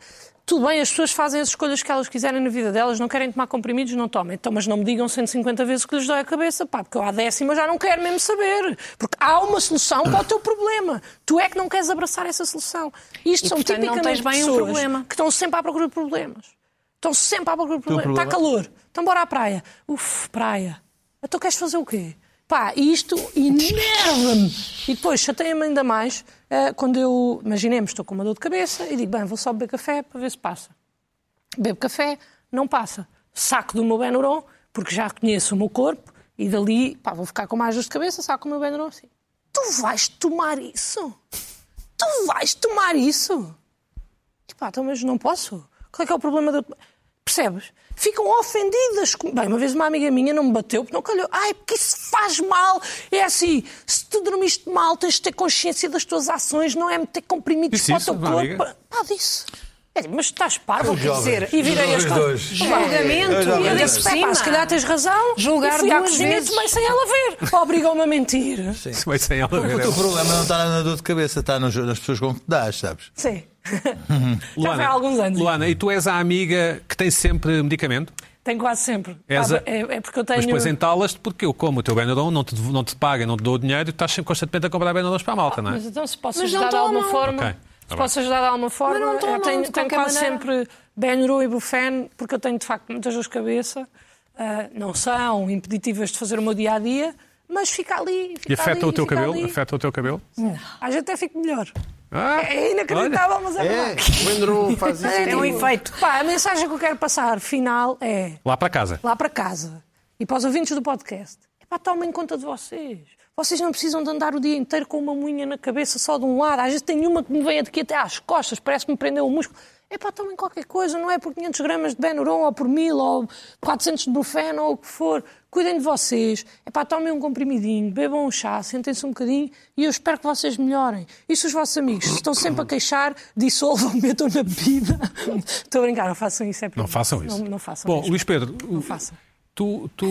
Speaker 4: Tudo bem, as pessoas fazem as escolhas que elas quiserem na vida delas, não querem tomar comprimidos, não tomem. Então, mas não me digam 150 vezes que lhes dói a cabeça, pá, porque eu à décima já não quero mesmo saber. Porque há uma solução para o teu problema. Tu é que não queres abraçar essa solução. Isto
Speaker 5: E,
Speaker 4: são
Speaker 5: portanto, não tens
Speaker 4: tipicamente
Speaker 5: bem um
Speaker 4: pessoas
Speaker 5: problema.
Speaker 4: que estão sempre à procura de problemas. Estão sempre à procura de problemas.
Speaker 2: problema-
Speaker 4: Está calor. Então bora à praia. Uf, praia. Então queres fazer o quê? Pá, e isto enerva-me. E depois chateia-me ainda mais eh, quando eu, imaginemos, estou com uma dor de cabeça e digo, bem, vou só beber café para ver se passa. Bebo café, não passa. Saco do meu Benuron, porque já conheço o meu corpo, e dali, pá, vou ficar com mais dor de cabeça, saco o meu Benuron assim. Tu vais tomar isso? Tu vais tomar isso? E pá, então, mas não posso. Qual é que é o problema da. Percebes? Ficam ofendidas. com- Bem, uma vez uma amiga minha não me bateu porque não calhou. Ai, porque isso faz mal. É assim, se tu dormiste mal, tens de ter consciência das tuas ações, não é meter comprimidos
Speaker 1: Disse
Speaker 4: para o
Speaker 1: isso,
Speaker 4: teu
Speaker 1: uma
Speaker 4: corpo.
Speaker 1: amiga?
Speaker 4: Pá, disse. É, mas estás parvo, quer dizer.
Speaker 5: jovens.
Speaker 4: E virei as costas.
Speaker 5: Julgamento.
Speaker 4: E eu
Speaker 5: ainda
Speaker 4: disse,
Speaker 5: por
Speaker 4: pá,
Speaker 5: cima.
Speaker 4: se calhar tens razão.
Speaker 5: Julgar
Speaker 4: e fui à
Speaker 5: duas
Speaker 4: cozinha
Speaker 5: vezes.
Speaker 4: e tomei sem ela ver. Obrigou-me a mentir. Sim.
Speaker 1: Isso vai sem ela
Speaker 2: O
Speaker 1: ver. é um-
Speaker 2: teu problema não está na dor de cabeça, está nos- nas pessoas com que te dás, sabes?
Speaker 4: Já foi há alguns anos.
Speaker 1: Uhum. Luana, e tu és a amiga que tem sempre medicamento?
Speaker 4: Tenho quase sempre.
Speaker 1: És a-
Speaker 4: Pá, é, é porque eu tenho...
Speaker 1: Mas depois então, entalas-te porque eu como o teu Benadon, não te, não te paga, não te dou o dinheiro e estás sempre constantemente a comprar Benadons para a malta, não é?
Speaker 4: Mas então se posso
Speaker 5: Mas não
Speaker 4: ajudar de alguma
Speaker 5: tomam.
Speaker 4: forma,
Speaker 1: Ok, tá
Speaker 4: se
Speaker 1: bem.
Speaker 4: posso ajudar de alguma forma,
Speaker 5: não
Speaker 4: eu
Speaker 5: tomam,
Speaker 4: tenho,
Speaker 5: de
Speaker 4: tenho
Speaker 5: qualquer
Speaker 4: quase
Speaker 5: maneira.
Speaker 4: sempre Benro e Bufen, porque eu tenho de facto muitas dores de cabeça, Ah, não são impeditivas de fazer o meu dia a dia, mas fica ali. Fica
Speaker 1: E afeta
Speaker 4: ali,
Speaker 1: o teu
Speaker 4: fica
Speaker 1: cabelo?
Speaker 4: ali.
Speaker 1: Afeta o teu cabelo?
Speaker 4: Às vezes até fico melhor.
Speaker 1: Ah,
Speaker 4: É inacreditável, mas é
Speaker 3: É,
Speaker 4: verdade. Tipo,
Speaker 3: o Benuron faz isso.
Speaker 5: É um efeito.
Speaker 4: Pá, a mensagem que eu quero passar final é
Speaker 1: Lá para casa.
Speaker 4: lá para casa e para os ouvintes do podcast. Epá, tomem conta de vocês. Vocês não precisam de andar o dia inteiro com uma moinha na cabeça só de um lado. Às vezes tem uma que me vem aqui até às costas, parece que me prendeu o músculo. Epá, tomem qualquer coisa, não é por 500 gramas de Benuron ou por 1000 ou 400 de Brufen ou o que for. Cuidem de vocês. Epá, tomem um comprimidinho, bebam um chá, sentem-se um bocadinho e eu espero que vocês melhorem. E se os vossos amigos se estão sempre a queixar, dissolvam, metam na bebida. [laughs] Estou a brincar, não façam isso. É
Speaker 1: Não façam isso.
Speaker 4: Não, não façam
Speaker 1: Bom,
Speaker 4: mesmo.
Speaker 1: Luís Pedro,
Speaker 4: Não façam.
Speaker 1: tu, tu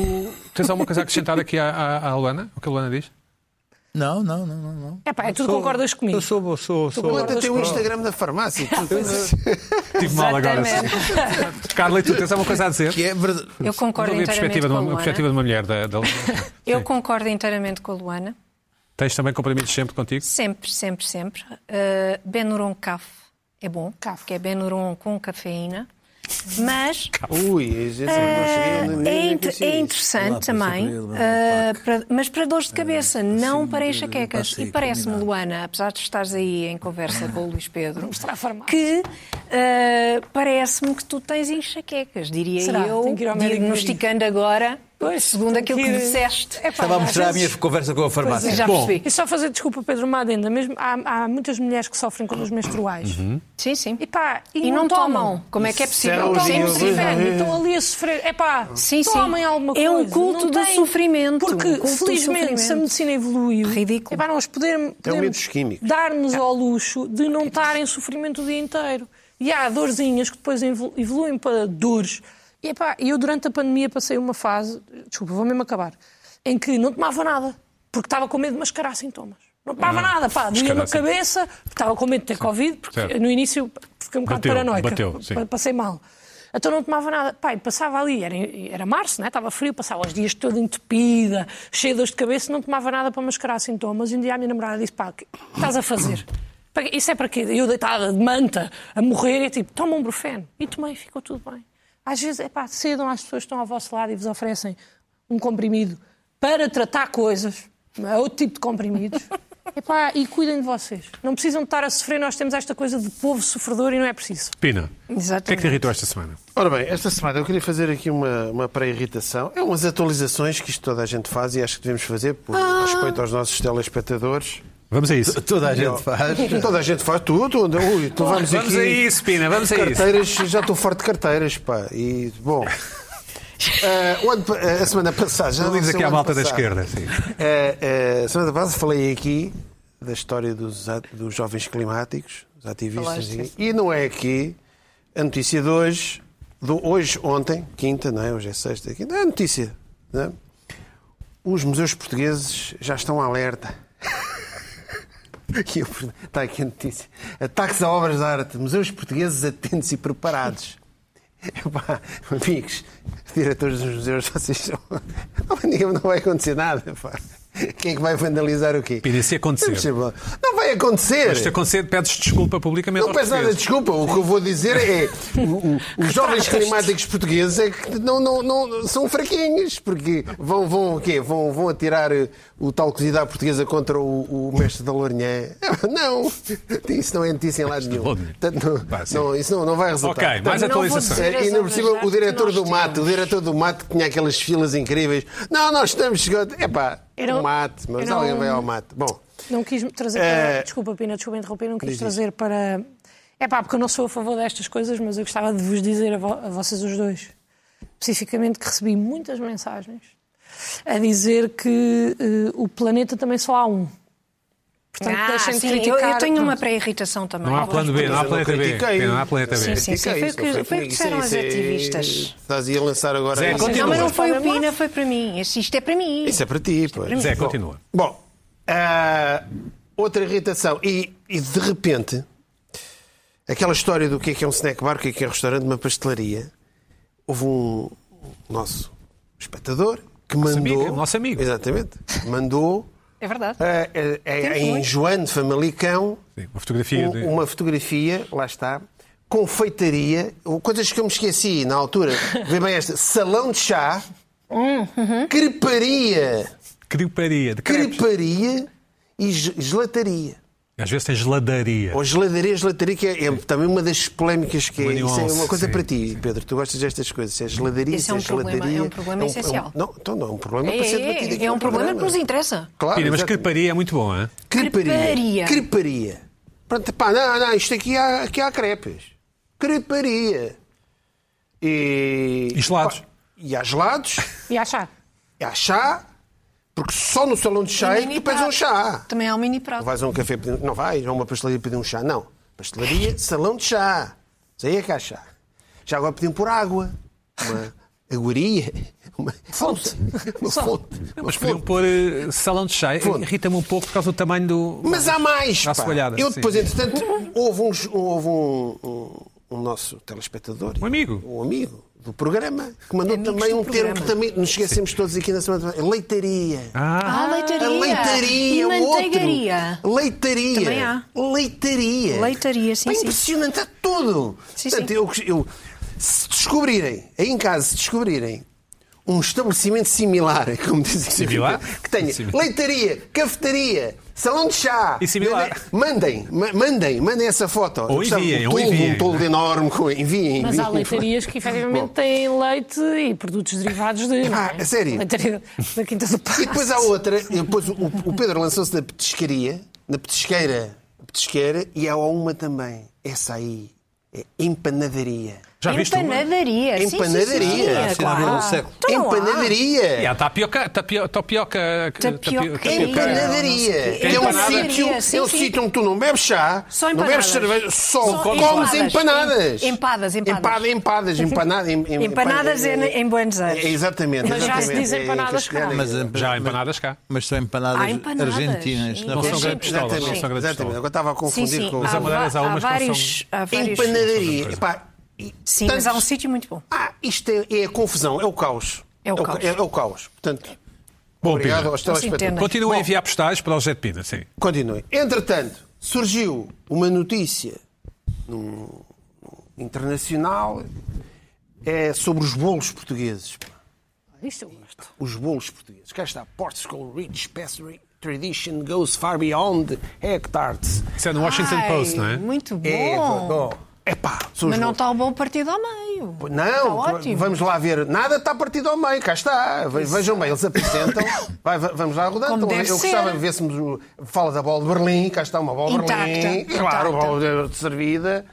Speaker 1: tens alguma coisa a acrescentar aqui à, à, à Luana? O que a Luana diz?
Speaker 2: Não, não, não, não. não.
Speaker 4: É pá, é tudo
Speaker 2: Sou-
Speaker 4: concordas comigo.
Speaker 2: Eu sou, sou, sou.
Speaker 3: Eu até tenho o um Instagram da farmácia.
Speaker 1: Tive mal agora.
Speaker 5: Exatamente.
Speaker 1: Carla, e tu tens alguma coisa a dizer?
Speaker 2: Que é verdade.
Speaker 4: Ah,
Speaker 5: Eu concordo
Speaker 1: Dou-lhe a
Speaker 5: inteiramente
Speaker 1: perspectiva de
Speaker 5: com a
Speaker 1: uma, a
Speaker 5: Luana.
Speaker 1: perspectiva de uma mulher. Da, da...
Speaker 5: Eu concordo inteiramente com a Luana.
Speaker 1: Tens também comprimidos sempre contigo?
Speaker 5: Sempre, sempre, sempre. Uh, Benuron Caf é bom,
Speaker 4: Caf.
Speaker 5: que é Benuron com cafeína. Mas
Speaker 3: Ui, a gente não cheguei, nem-
Speaker 5: é,
Speaker 3: nem
Speaker 5: inte-
Speaker 3: conhecia
Speaker 5: é
Speaker 3: isso.
Speaker 5: interessante
Speaker 2: Lá,
Speaker 5: também,
Speaker 2: para saber,
Speaker 5: ah,
Speaker 2: para-
Speaker 5: para- mas para dores de cabeça, não para enxaquecas.
Speaker 2: para ser
Speaker 5: e parece-me,
Speaker 2: combinado.
Speaker 5: Luana, apesar de estares aí em conversa com o Luís Pedro,
Speaker 4: mostrar a farmácia.
Speaker 5: que ah, parece-me que tu tens enxaquecas, diria
Speaker 4: Será?
Speaker 5: eu,
Speaker 4: Tenho que ir ao médico
Speaker 5: diagnosticando agora,
Speaker 4: Pois,
Speaker 5: segundo
Speaker 4: tenho
Speaker 5: aquilo
Speaker 4: que
Speaker 5: que
Speaker 4: ir-
Speaker 5: disseste.
Speaker 4: É pá,
Speaker 2: Estava a
Speaker 4: às
Speaker 2: mostrar a
Speaker 4: vezes-
Speaker 2: minha conversa
Speaker 4: é,
Speaker 2: com a farmácia.
Speaker 5: Já
Speaker 1: Bom.
Speaker 5: percebi.
Speaker 4: E só fazer, desculpa, Pedro, uma adenda. Mesmo, há, há muitas mulheres que sofrem com os
Speaker 2: Uhum.
Speaker 4: menstruais.
Speaker 5: Sim, sim.
Speaker 4: E pá, e,
Speaker 5: E não tomam.
Speaker 4: tomam.
Speaker 5: Como é que é
Speaker 3: é
Speaker 5: possível?
Speaker 4: Não
Speaker 3: o
Speaker 5: Sim,
Speaker 4: tomam,
Speaker 3: dia
Speaker 5: é
Speaker 3: eu vou
Speaker 5: possível.
Speaker 3: ver.
Speaker 4: inferno, estão ali a sofrer. É pá,
Speaker 5: Sim, sim.
Speaker 4: tomem alguma
Speaker 5: É
Speaker 4: coisa.
Speaker 5: um culto
Speaker 4: Não
Speaker 5: do
Speaker 4: têm.
Speaker 5: sofrimento.
Speaker 4: Porque,
Speaker 5: Um culto do
Speaker 4: felizmente,
Speaker 5: sofrimento.
Speaker 4: se a medicina evoluiu,
Speaker 5: Ridículo. É.
Speaker 4: é pá, nós
Speaker 1: um
Speaker 4: poder- podemos
Speaker 3: menos químico.
Speaker 4: dar-nos ao luxo de não estar em sofrimento o dia inteiro. E há dorzinhas que depois evolu- evoluem para dores. E epá, eu durante a pandemia passei uma fase, desculpa, vou mesmo acabar, em que não tomava nada, porque estava com medo de mascarar sintomas. Não tomava nada, pá, doía na
Speaker 1: mascarar
Speaker 4: cabeça, porque estava com medo de ter Covid, porque
Speaker 1: Certo.
Speaker 4: no início fiquei um bocado
Speaker 1: Bateu,
Speaker 4: paranoica.
Speaker 1: bateu, sim.
Speaker 4: Pa- Passei mal. Então não tomava nada. Pai, passava ali, era, era março, né? estava frio, passava os dias toda entupida, cheia de dores de cabeça, não tomava nada para mascarar sintomas. E um dia a minha namorada disse: pá, o que estás a fazer? Para quê? Isso é para quê? Eu deitada de manta, a morrer, e tipo, toma um brufeno. E tomei, ficou tudo bem. Às vezes, é pá, cedam às pessoas que estão ao vosso lado e vos oferecem um comprimido para tratar coisas, não é outro tipo de comprimidos. Epá, e cuidem de vocês. Não precisam de estar a sofrer, nós temos esta coisa de povo sofredor e não é preciso.
Speaker 1: Pina, o que é que te
Speaker 5: Exatamente.
Speaker 1: irritou esta semana?
Speaker 3: Ora bem, esta semana eu queria fazer aqui uma, uma pré-irritação. É umas atualizações que isto toda a gente faz e acho que devemos fazer por respeito aos nossos telespectadores.
Speaker 1: Vamos a isso.
Speaker 2: Toda a gente faz.
Speaker 3: Toda a gente faz tudo. Ui, então vamos,
Speaker 1: Vamos
Speaker 3: aqui.
Speaker 1: a isso, Pina, vamos a É isso.
Speaker 3: Carteiras, já estou forte de carteiras, pá. E,
Speaker 1: [laughs]
Speaker 3: bom. eh, o ano pa- eh, a semana passada. Já
Speaker 1: Não diz
Speaker 3: sei o
Speaker 1: aqui à
Speaker 3: ano
Speaker 1: malta da
Speaker 3: passado.
Speaker 1: esquerda. Sim.
Speaker 3: Eh, eh, a semana passada falei aqui da história dos, a- dos jovens climáticos, dos ativistas.
Speaker 5: Falaste.
Speaker 3: E, e não é aqui a notícia de hoje, do, hoje, ontem, quinta, não é? Hoje é sexta, quinta, é a notícia. Não é? Os museus portugueses já estão alerta. [laughs] E eu pergunto- Está aqui a notícia. Ataques a obras de arte. Museus portugueses atentos e preparados. [laughs] Epá, amigos, diretores dos museus, vocês são... [laughs] Não, não vai acontecer nada. Pá. Quem é que vai vandalizar o quê?
Speaker 1: Pina, se acontecer.
Speaker 3: Não percebo. Não vai acontecer.
Speaker 1: Mas se acontecer, pedes desculpa publicamente
Speaker 3: Não
Speaker 1: aos
Speaker 3: peço nada,
Speaker 1: portugueses.
Speaker 3: desculpa. O que eu vou dizer é o- o-
Speaker 1: [laughs]
Speaker 3: os jovens climáticos portugueses é que não, não, não- são fraquinhos, porque vão, vão, o quê? Vão, vão atirar eh, o tal cozida portuguesa contra o, o mestre da Lourinhã. [laughs] Não, isso não é notícia em lado nenhum.
Speaker 1: Lourinhã.
Speaker 3: Portanto, não-
Speaker 1: Pá, sim.
Speaker 3: não, isso não, não vai resultar.
Speaker 1: Ok, mais
Speaker 5: Não vou
Speaker 1: atualizações.
Speaker 5: dizer
Speaker 3: É,
Speaker 5: as
Speaker 3: ainda por
Speaker 5: obras
Speaker 3: cima,
Speaker 5: de arte
Speaker 3: o diretor
Speaker 5: que
Speaker 3: do
Speaker 5: nós
Speaker 3: mato, o
Speaker 5: temos.
Speaker 3: diretor do mato que tinha aquelas filas incríveis. Não, nós estamos chegando. Epá,
Speaker 4: Era-
Speaker 3: o mato, mas
Speaker 4: era
Speaker 3: alguém
Speaker 4: um-
Speaker 3: vai ao mato. Bom,
Speaker 4: Não quis trazer para.
Speaker 3: É.
Speaker 4: Desculpa, Pina, desculpa interromper, não quis trazer para. É pá, porque eu não sou a favor destas coisas, mas eu gostava de vos dizer a, vo- a vocês os dois, especificamente, que recebi muitas mensagens a dizer que eh, o planeta também só há um. Portanto,
Speaker 5: Ah,
Speaker 4: deixem de
Speaker 5: sim,
Speaker 4: criticar.
Speaker 5: eu, eu tenho uma
Speaker 4: Pronto.
Speaker 5: pré-irritação também.
Speaker 1: Não há plano B, não há
Speaker 3: Mas eu não
Speaker 1: planeta B.
Speaker 3: critiquei.
Speaker 1: Pina, não há planeta
Speaker 5: Sim,
Speaker 1: B.
Speaker 5: sim. foi o que-
Speaker 3: Critica isso,
Speaker 5: foi o que disseram
Speaker 3: isso,
Speaker 5: os
Speaker 3: isso é-
Speaker 5: ativistas.
Speaker 3: Estás aí a lançar agora.
Speaker 1: Zé,
Speaker 3: isso.
Speaker 1: continua.
Speaker 5: Não, mas não
Speaker 1: Continua.
Speaker 5: foi o Pina, foi para mim. Este- Isto é para mim.
Speaker 3: Isso é para ti, pois.
Speaker 1: mim. Zé, continua.
Speaker 3: Bom, ah, outra irritação. E, e, de repente, aquela história do que é que é um snack bar, o que é que é um restaurante, uma pastelaria. Houve um nosso espectador que mandou.
Speaker 1: amigo, nosso amigo.
Speaker 3: Exatamente. Mandou
Speaker 5: É verdade.
Speaker 3: ah, ah, ah,
Speaker 5: Temos
Speaker 3: em
Speaker 5: muito.
Speaker 3: João de Famalicão
Speaker 1: Sim, Uma fotografia.
Speaker 3: um-
Speaker 1: de-
Speaker 3: uma fotografia, lá está, confeitaria, ou coisas que eu me esqueci na altura. Vê bem esta: salão de chá, creparia,
Speaker 1: Creparia, de crepes.
Speaker 3: creparia e ge- gelataria.
Speaker 1: Às vezes tem geladaria.
Speaker 3: Ou geladaria, gelataria, que é, é também uma das polémicas que é.
Speaker 1: Uma
Speaker 3: Isso é
Speaker 1: nuance,
Speaker 3: uma coisa
Speaker 1: sim,
Speaker 3: para ti, Pedro. Tu gostas destas coisas. Se é geladaria,
Speaker 5: Esse
Speaker 3: se
Speaker 5: é
Speaker 3: é
Speaker 5: um problema,
Speaker 3: gelataria.
Speaker 5: é um problema
Speaker 3: é
Speaker 5: essencial.
Speaker 3: é um- não, então não é um problema
Speaker 5: É,
Speaker 3: para ser
Speaker 5: é,
Speaker 3: debatido aqui
Speaker 5: é um
Speaker 3: no
Speaker 5: problema que nos interessa.
Speaker 3: Claro,
Speaker 1: Pina, mas
Speaker 3: exatamente.
Speaker 1: creparia é muito bom, hein?
Speaker 3: Creparia.
Speaker 5: Creparia.
Speaker 3: Creparia. Pronto, pá, não, não, isto aqui há, aqui há crepes. Creparia. E.
Speaker 1: E gelados.
Speaker 3: Pá, E há gelados,
Speaker 4: E achar.
Speaker 3: e há chá, porque só no salão de chá é que tu pedes um chá.
Speaker 5: Também há um mini prato.
Speaker 3: Vais a um café pedir. Não vais, a uma pastelaria pedir um chá. Não. Pastelaria, salão de chá. Isso aí é que há chá. Já agora pediam por água. Uma aguaria. Uma fonte. Uma fonte. Uma
Speaker 1: Mas podiam
Speaker 3: fonte.
Speaker 1: pôr eh, salão de chá. Irrita-me um pouco por causa do tamanho do.
Speaker 3: Mas há mais.
Speaker 1: Dá
Speaker 3: pá.
Speaker 1: soalhada,
Speaker 3: Eu
Speaker 1: sim.
Speaker 3: depois, entretanto, houve, uns, houve um, um- um nosso telespectador.
Speaker 1: Um amigo.
Speaker 3: Um amigo do programa, que mandou
Speaker 5: Amigos
Speaker 3: também
Speaker 5: do
Speaker 3: um termo
Speaker 5: programa.
Speaker 3: que também nos esquecemos todos aqui na semana passada. Leitaria.
Speaker 1: Ah,
Speaker 5: Ah, leitaria.
Speaker 3: A leitaria,
Speaker 5: E
Speaker 3: o
Speaker 5: manteigaria.
Speaker 3: outro. Leitaria.
Speaker 5: Também há.
Speaker 3: Leitaria.
Speaker 5: Leitaria, sim,
Speaker 3: Pá,
Speaker 5: sim.
Speaker 3: impressionante, há tudo.
Speaker 5: Sim,
Speaker 3: Portanto,
Speaker 5: sim.
Speaker 3: Eu, eu- se descobrirem, aí em casa, se descobrirem um estabelecimento similar, [laughs] como dizem,
Speaker 1: Similar?
Speaker 3: que tenha
Speaker 1: Sim.
Speaker 3: leitaria, cafetaria, salão de chá.
Speaker 1: E similar.
Speaker 3: Mandem, ma- mandem, mandem essa foto. Eu gostava de
Speaker 1: enviem,
Speaker 3: um
Speaker 1: ou
Speaker 3: toldo,
Speaker 1: enviem.
Speaker 3: um toldo enorme, com- enviem.
Speaker 4: Mas há
Speaker 3: enviem.
Speaker 4: leitarias que efetivamente têm leite e produtos derivados de. não
Speaker 3: Ah,
Speaker 4: é?
Speaker 3: a sério?
Speaker 4: Leitaria da Quinta do Passo.
Speaker 3: E depois há outra, e depois o, o Pedro lançou-se na petiscaria, na petisqueira, petisqueira, e há uma também, essa aí, é empanadaria.
Speaker 1: já viste uma?
Speaker 5: Empanadaria. Sim, sim,
Speaker 3: Empanadaria.
Speaker 5: sim, sim, é
Speaker 3: Sim,
Speaker 5: claro.
Speaker 2: na Vila do Século.
Speaker 5: Então não há.
Speaker 1: E
Speaker 3: empanadaria!
Speaker 1: É, há é tapioca, tapio, tapioca,
Speaker 5: Tapioca.
Speaker 3: Empanadaria! Que é um
Speaker 1: Empanada.
Speaker 3: sítio,
Speaker 5: Sim,
Speaker 3: é um
Speaker 5: sim.
Speaker 3: sítio onde tu não bebes chá,
Speaker 5: Só
Speaker 3: não bebes
Speaker 5: empanadas.
Speaker 3: cerveja, só,
Speaker 5: Só
Speaker 3: comes empanadas.
Speaker 5: empanadas. Em- empadas, empadas.
Speaker 3: Empada, empadas, empanada, em- em-
Speaker 5: Empanadas em, em Buenos
Speaker 3: É,
Speaker 5: Aires.
Speaker 3: exatamente,
Speaker 4: Mas já se
Speaker 3: exatamente.
Speaker 4: diz
Speaker 3: É, é
Speaker 4: empanadas cá.
Speaker 3: castelhano.
Speaker 2: Mas,
Speaker 1: Já há empanadas cá.
Speaker 2: mas são empanadas,
Speaker 5: Há empanadas,
Speaker 2: argentinas.
Speaker 5: sim.
Speaker 2: não é?
Speaker 1: Não são
Speaker 5: Sim,
Speaker 1: grandes pistolas.
Speaker 3: Exatamente,
Speaker 1: Não são grandes
Speaker 3: exatamente.
Speaker 1: pistolas.
Speaker 3: Agora estava a
Speaker 5: Sim,
Speaker 3: confundir
Speaker 5: sim. Ah,
Speaker 3: com...
Speaker 1: Mas
Speaker 5: há,
Speaker 1: há maneiras, há
Speaker 5: va- há
Speaker 1: umas que não
Speaker 5: vários, há vários.
Speaker 3: Empanadaria.
Speaker 1: coisa.
Speaker 3: Epá, e
Speaker 5: Sim, mas
Speaker 3: tantos-
Speaker 5: há um sítio muito bom.
Speaker 3: Ah, isto é, é a confusão, é o caos.
Speaker 5: É o caos.
Speaker 3: É, é o caos. Portanto,
Speaker 1: Bom,
Speaker 3: obrigado
Speaker 1: Pedro.
Speaker 3: aos
Speaker 5: Não se
Speaker 3: telespectadores.
Speaker 5: entendem.
Speaker 1: Continuem a
Speaker 3: Bom.
Speaker 1: enviar postais para o Jet Pina, sim.
Speaker 3: Continue. Entretanto, surgiu uma notícia num- internacional é sobre os bolos portugueses.
Speaker 4: Isto eu gosto.
Speaker 3: Os bolos portugueses. Cá está. Portugal Rich Pastry Tradition goes far beyond hectares.
Speaker 1: Isso é no Washington
Speaker 5: Ai,
Speaker 1: Post, não é?
Speaker 5: Muito bom.
Speaker 3: É, bom. Epá, são os
Speaker 5: Mas não
Speaker 3: bolos.
Speaker 5: está o bom partido ao meio.
Speaker 3: Não,
Speaker 5: Está Tá ótimo.
Speaker 3: vamos lá ver. Nada está partido ao meio, cá está. Ve- Vejam bem, eles apresentam. Vai, va- vamos lá rodando.
Speaker 5: Como
Speaker 3: Então,
Speaker 5: deve
Speaker 3: Eu
Speaker 5: ser.
Speaker 3: gostava de vêssemos. o- Fala da bola de Berlim, cá está uma bola de
Speaker 5: Intacta,
Speaker 3: Berlim. Claro,
Speaker 5: intacta.
Speaker 3: bola de servida.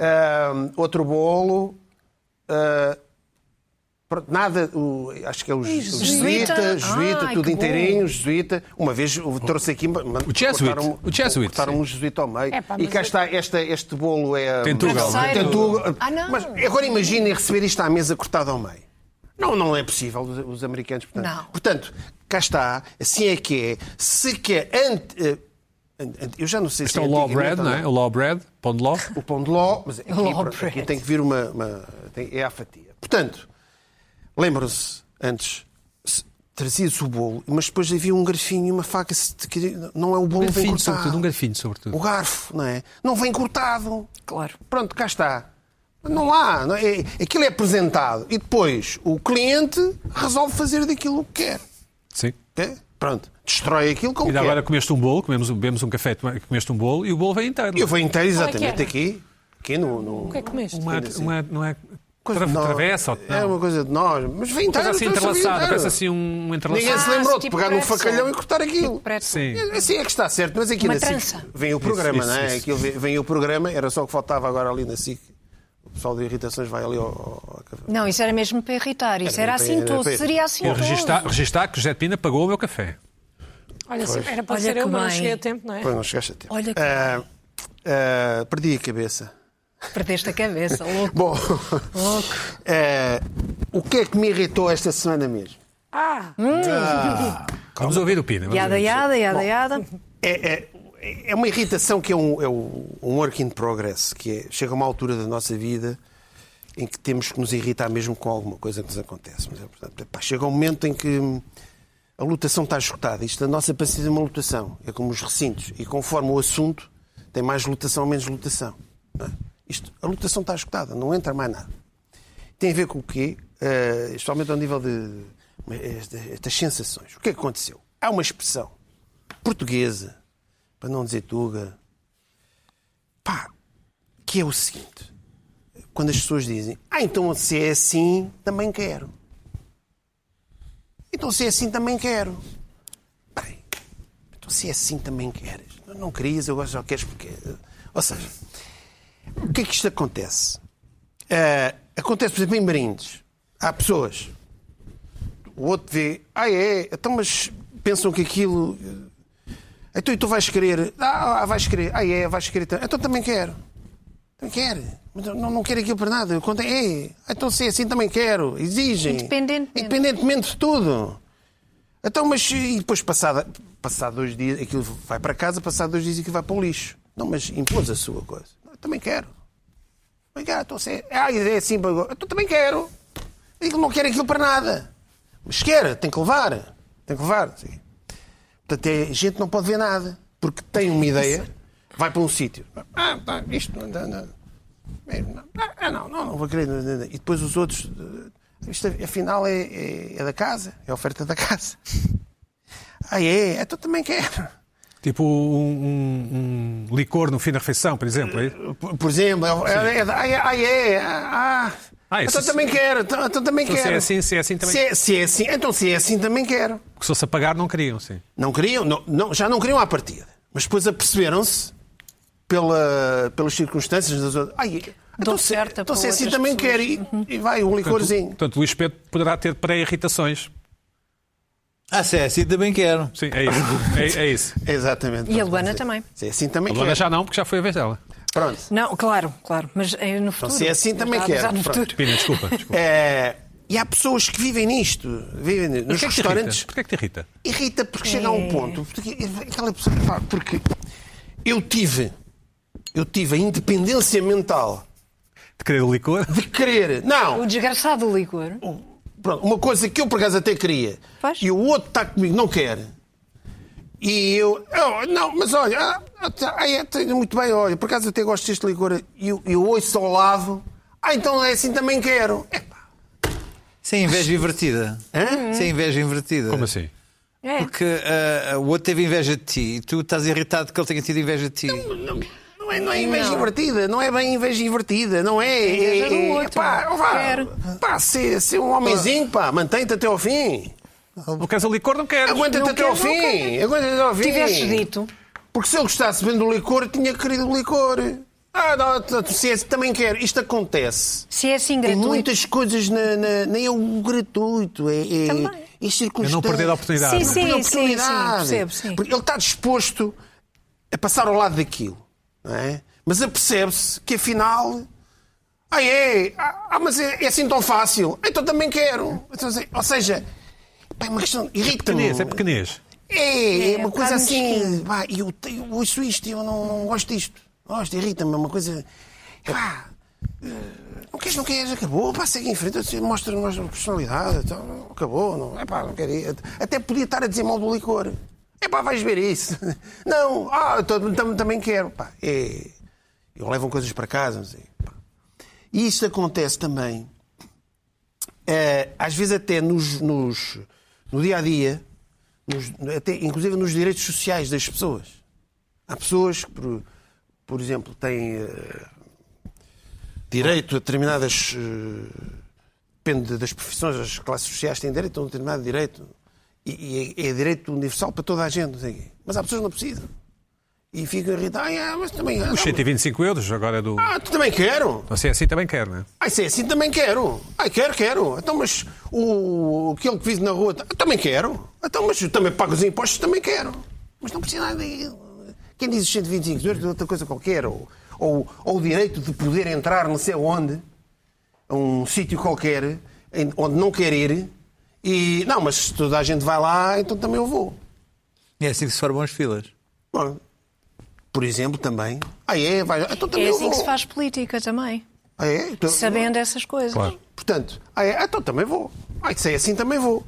Speaker 3: Ahm, outro bolo. Ah, pronto, nada, o- acho que é os, os
Speaker 5: jesuíta.
Speaker 3: jesuíta, jesuíta,
Speaker 5: Ai,
Speaker 3: tudo
Speaker 5: que
Speaker 3: inteirinho, jesuíta. Uma vez eu trouxe aqui. O
Speaker 1: jesuíta, o jesuíta,
Speaker 3: Cortaram um jesuíta ao meio.
Speaker 4: É pá,
Speaker 3: e
Speaker 4: mas
Speaker 3: cá
Speaker 4: eu-
Speaker 3: está, esta- este bolo é.
Speaker 1: Tentugal.
Speaker 5: Travesseiro.
Speaker 3: Tentugal.
Speaker 5: Ah, não.
Speaker 3: Mas agora imaginem receber isto à mesa cortada ao meio. Não, não é possível, os, os americanos. Portanto,
Speaker 5: Não.
Speaker 3: portanto, cá está, assim é que é. Se quer. Ante, eh, ante- ante- eu já não sei
Speaker 1: Isto
Speaker 3: se
Speaker 1: é
Speaker 3: é
Speaker 1: o Law
Speaker 3: antigamente
Speaker 1: Bread,
Speaker 3: ou
Speaker 1: não é? O Law Bread, pão de ló.
Speaker 3: O pão de ló,
Speaker 5: [laughs]
Speaker 3: mas aqui,
Speaker 5: Law
Speaker 3: pronto, aqui
Speaker 5: bread.
Speaker 3: tem que vir uma. uma- tem- é à fatia. Portanto, lembram-se, antes se- trazia-se o bolo, mas depois havia um garfinho e uma faca. Se te queria- não é o bolo vem
Speaker 1: Garfinho,
Speaker 3: cortado.
Speaker 1: sobretudo. Um garfinho, sobretudo.
Speaker 3: O garfo, não é? Não vem cortado.
Speaker 5: Claro.
Speaker 3: Pronto, cá está. Não há. não é- aquilo é apresentado. E depois o cliente resolve fazer daquilo que quer.
Speaker 1: Sim.
Speaker 3: É? Pronto. Destrói aquilo como
Speaker 1: E
Speaker 3: quer.
Speaker 1: agora comeste um bolo, comemos, bebemos um café, toma- comeste um bolo e o bolo vem inteiro.
Speaker 3: Eu vou inteiro
Speaker 4: Qual é que
Speaker 3: exatamente
Speaker 4: era?
Speaker 3: aqui. Aqui no. no-
Speaker 4: O que é que comeste?
Speaker 1: Uma,
Speaker 3: Sim, sim.
Speaker 1: uma, não é.
Speaker 3: coisa
Speaker 1: tra-
Speaker 3: de nós.
Speaker 1: Travessa ou
Speaker 3: É
Speaker 1: não?
Speaker 3: uma coisa de nós. Mas vem
Speaker 1: Uma coisa assim
Speaker 3: inteiro. então, vem
Speaker 1: entrelaçada,
Speaker 3: inteiro.
Speaker 1: parece assim um entrelaçado.
Speaker 3: Ninguém se
Speaker 5: Ah,
Speaker 3: lembrou de
Speaker 4: assim,
Speaker 5: tipo
Speaker 3: pegar num
Speaker 5: pretzel.
Speaker 3: facalhão e cortar
Speaker 4: Tipo
Speaker 3: aquilo.
Speaker 5: Pretzel.
Speaker 1: Sim.
Speaker 3: É, Assim é que está certo, mas aqui
Speaker 5: Uma
Speaker 3: na
Speaker 5: trança.
Speaker 3: SIC vem o programa,
Speaker 1: isso,
Speaker 3: não é?
Speaker 1: isso.
Speaker 3: Aquilo vem, vem o programa, era só o que faltava agora ali na SIC. O pessoal de irritações vai ali ao, ao, ao
Speaker 5: Não, isso era mesmo para irritar. Isso
Speaker 3: Era
Speaker 5: era
Speaker 3: para-
Speaker 5: assim
Speaker 3: era
Speaker 5: todo.
Speaker 3: para-
Speaker 5: Seria assim
Speaker 1: Eu
Speaker 5: todo.
Speaker 1: registar, registar que o Jet Pina pagou o meu café.
Speaker 4: Olha, se- era para
Speaker 5: Olha
Speaker 4: ser
Speaker 5: que
Speaker 4: eu, mas não
Speaker 5: bem.
Speaker 4: cheguei a tempo, não é?
Speaker 3: Pois não chegaste a tempo.
Speaker 5: Olha que
Speaker 3: Ah, ah, perdi a cabeça.
Speaker 5: Perdeste a cabeça,
Speaker 1: [laughs]
Speaker 5: louco.
Speaker 3: Bom, [laughs] ah, o que é que me irritou esta semana mesmo?
Speaker 4: Ah!
Speaker 1: Vamos ouvir o Pina. vamos
Speaker 5: Yada,
Speaker 1: ouvir.
Speaker 5: yada, yada, yada.
Speaker 3: É, é- é uma irritação que é, um, é um um work in progress, que é, chega a uma altura da nossa vida em que temos que nos irritar mesmo com alguma coisa que nos acontece. Mas, é, portanto, epá, chega um momento em que a lutação está esgotada. Isto, a nossa paciência é uma lutação. É como os recintos. E conforme o assunto, tem mais lutação ou menos lutação. não é? Isto, a lutação está esgotada, não entra mais nada. Tem a ver com o quê? Eh, especialmente ao nível de estas, estas sensações. O que é que aconteceu? Há uma expressão portuguesa, para não dizer tuga, pá, que é o seguinte. Quando as pessoas dizem, ah, então se é assim, também quero. Então se é assim, também quero. Bem, então se é assim, também queres. Não, não querias, agora já queres porque... Ou seja, o que é que isto acontece? Ah, acontece, por exemplo, em Marindes. Há pessoas. O outro vê, ah, é, então, mas pensam que aquilo. eh, Então, e tu vais querer. Ah, ah, vais querer. Ah, é, vais querer. tam- Então também quero. Também quero. Mas eu não, não quero aquilo para nada. Quando é, é, então se é assim também quero. Exigem.
Speaker 5: Independentemente.
Speaker 3: Independentemente de tudo. Então, mas. E depois, passado, passado dois dias, aquilo vai para casa, passado dois dias, aquilo vai para o lixo. Não, mas impôs a sua coisa. Também quero. Mas Vem cá, estou a ser. Ah, é assim para agora. Eu também quero. Ele não quer aquilo para nada. Mas quer, tem que levar. Tem que levar. Sim. Portanto, é, a gente não pode ver nada. Porque tem uma ideia, vai para um sítio. Ah, tá, isto não, não, não. Ah, não, não, não vou querer. não, não, não. E depois os outros. eh, Isto, afinal, é, é, é da casa. É a oferta da casa. [laughs] Ah, é? Então também quero.
Speaker 1: Tipo um, um- um licor no fim da refeição, por exemplo. é?
Speaker 3: Por por exemplo, é, é, é, ah, é, ah, é, ah, ah.
Speaker 1: Ah, isso
Speaker 3: então
Speaker 1: sim.
Speaker 3: também quero, então, então também
Speaker 1: Então, se
Speaker 3: quero.
Speaker 1: é assim, se é assim também.
Speaker 3: Se é, se é assim, então se é assim também quero.
Speaker 1: Porque se fosse a pagar, não queriam, sim.
Speaker 3: Não queriam, não, não, já não queriam à partida, mas depois aperceberam-se pela, pelas circunstâncias das outras. Ai, então, se,
Speaker 5: oferta
Speaker 3: então
Speaker 5: para
Speaker 3: se é assim
Speaker 5: outras Uhum.
Speaker 3: também quero e, e vai um licorzinho.
Speaker 1: Portanto, Luís Pedro poderá ter pré-irritações.
Speaker 2: Ah, se é assim, também quero.
Speaker 1: Sim, é
Speaker 3: [laughs]
Speaker 1: isso. É, é isso.
Speaker 3: Exatamente.
Speaker 5: E a Luana também.
Speaker 3: Se é assim também
Speaker 1: A Luana
Speaker 3: quero.
Speaker 1: já não, porque já foi a vez dela.
Speaker 3: Pronto.
Speaker 5: Não, claro, claro. Mas eh, no futuro.
Speaker 3: se é assim, também
Speaker 5: Já-
Speaker 3: quero.
Speaker 5: já no
Speaker 3: Pronto.
Speaker 5: futuro.
Speaker 1: Pina, desculpa. desculpa.
Speaker 3: É, e há pessoas que vivem nisto, vivem
Speaker 1: Mas
Speaker 3: nos
Speaker 1: porquê é que te
Speaker 3: restaurantes.
Speaker 1: irrita? Porquê é que te irrita?
Speaker 3: Irrita porque chega a um ponto. Porque, aquela pessoa, pá, porque eu tive, eu tive a independência mental
Speaker 1: De querer o licor?
Speaker 3: de querer. Não!
Speaker 5: O desgraçado do licor.
Speaker 3: Pronto, uma coisa que eu por acaso até queria
Speaker 5: Faz.
Speaker 3: e o outro está comigo, não quer. E eu, "Oh, não, mas olha, ah, ah, tá, ah, é, tá, muito bem, olha, por acaso eu até gosto deste licor. E eu, eu ouço ao lado, ah, então é assim também quero. Epá,
Speaker 2: Isso é inveja invertida.
Speaker 3: Hã?
Speaker 2: Isso é inveja invertida.
Speaker 1: Como assim?
Speaker 5: É.
Speaker 2: Porque ah, ah, o outro teve inveja de ti e tu estás irritado que ele tenha tido inveja de ti.
Speaker 3: não, não é, não é inveja
Speaker 5: Não.
Speaker 3: invertida, não é bem inveja invertida, não é. é,
Speaker 5: inveja do
Speaker 3: é,
Speaker 5: outro,
Speaker 3: pá, vá,
Speaker 5: quero.
Speaker 3: pá, ser, ser um homenzinho, pá, mantém-te até ao fim.
Speaker 1: Não queres o licor? Não queres.
Speaker 3: Aguenta-te até
Speaker 5: quero,
Speaker 3: ao
Speaker 5: não
Speaker 3: fim.
Speaker 5: quero.
Speaker 3: Aguenta-te até ao fim.
Speaker 5: Tivesses dito.
Speaker 3: Porque se eu gostasse bem do licor, eu tinha querido o licor. Ah, não, não, se esse também quero. Isto acontece.
Speaker 5: Se é assim
Speaker 3: Tem
Speaker 5: gratuito.
Speaker 3: muitas coisas, na, na- nem é o gratuito, é, é,
Speaker 5: Também.
Speaker 3: é
Speaker 1: Eu
Speaker 3: circunstância.
Speaker 1: não perder a oportunidade.
Speaker 5: Sim,
Speaker 1: não é?
Speaker 5: sim.
Speaker 3: Perder a oportunidade.
Speaker 5: percebo, sim.
Speaker 3: Porque ele está disposto a passar ao lado daquilo, não é? Mas apercebe-se que afinal. Ah, é? Ah, mas é, é assim tão fácil. Então também quero. Então, ou seja, pá, é uma questão. Irrita-me.
Speaker 1: Pequenez, é pequenez.
Speaker 3: É, é
Speaker 5: É,
Speaker 3: uma
Speaker 5: um
Speaker 3: coisa
Speaker 5: bocado
Speaker 3: assim.
Speaker 5: mesquinho.
Speaker 3: Pá, eu, te- eu ouço isto e eu não, não gosto disto. Não Gosto, irrita-me. É uma coisa. Pá, eh, não queres, não queres, acabou. Pá, segue em frente, assim, mostra, mostra personalidade. Então, acabou, não, é pá, não quero ir. Até podia estar a dizer mal do licor. É pá, vais ver isso. [laughs] Não, ah, eu tam- tam- também quero. Pá, é. Eu levam coisas para casa, não sei. Pá. E isso acontece também, eh, às vezes até nos, nos- no dia a dia, até, inclusive nos direitos sociais das pessoas. Há pessoas que, por, por exemplo, têm eh, direito a determinadas. eh, depende das profissões, as classes sociais têm direito a um determinado direito. E, e é, é direito universal para toda a gente, não sei o quê. Mas há pessoas que não precisam. E ficam irritadas. Ah, mas também.
Speaker 1: Os 125 euros agora é do.
Speaker 3: Ah, tu também quero.
Speaker 1: Não sei, assim também quero, não é?
Speaker 3: Ai, se é assim também quero. Ai, quero, quero. Então, mas o, aquele que vive na rua. eu Também quero. Então, mas eu também pago os impostos, também quero. Mas não precisa nada. de- Quem diz os 125 euros de outra coisa qualquer? Ou, ou, ou o direito de poder entrar não sei onde, a um sítio qualquer, em- onde não quer ir. E, não, mas se toda a gente vai lá, então também eu vou.
Speaker 2: E é assim que se formam as filas.
Speaker 3: Bom, por exemplo, também. Ah, é? Vai, então também
Speaker 5: É
Speaker 3: eu
Speaker 5: assim que
Speaker 3: vou.
Speaker 5: se faz política também.
Speaker 3: Ah, é? Então-
Speaker 5: Sabendo essas coisas.
Speaker 1: Claro.
Speaker 3: Portanto, ah, é, então também vou. Ah, se é assim também vou.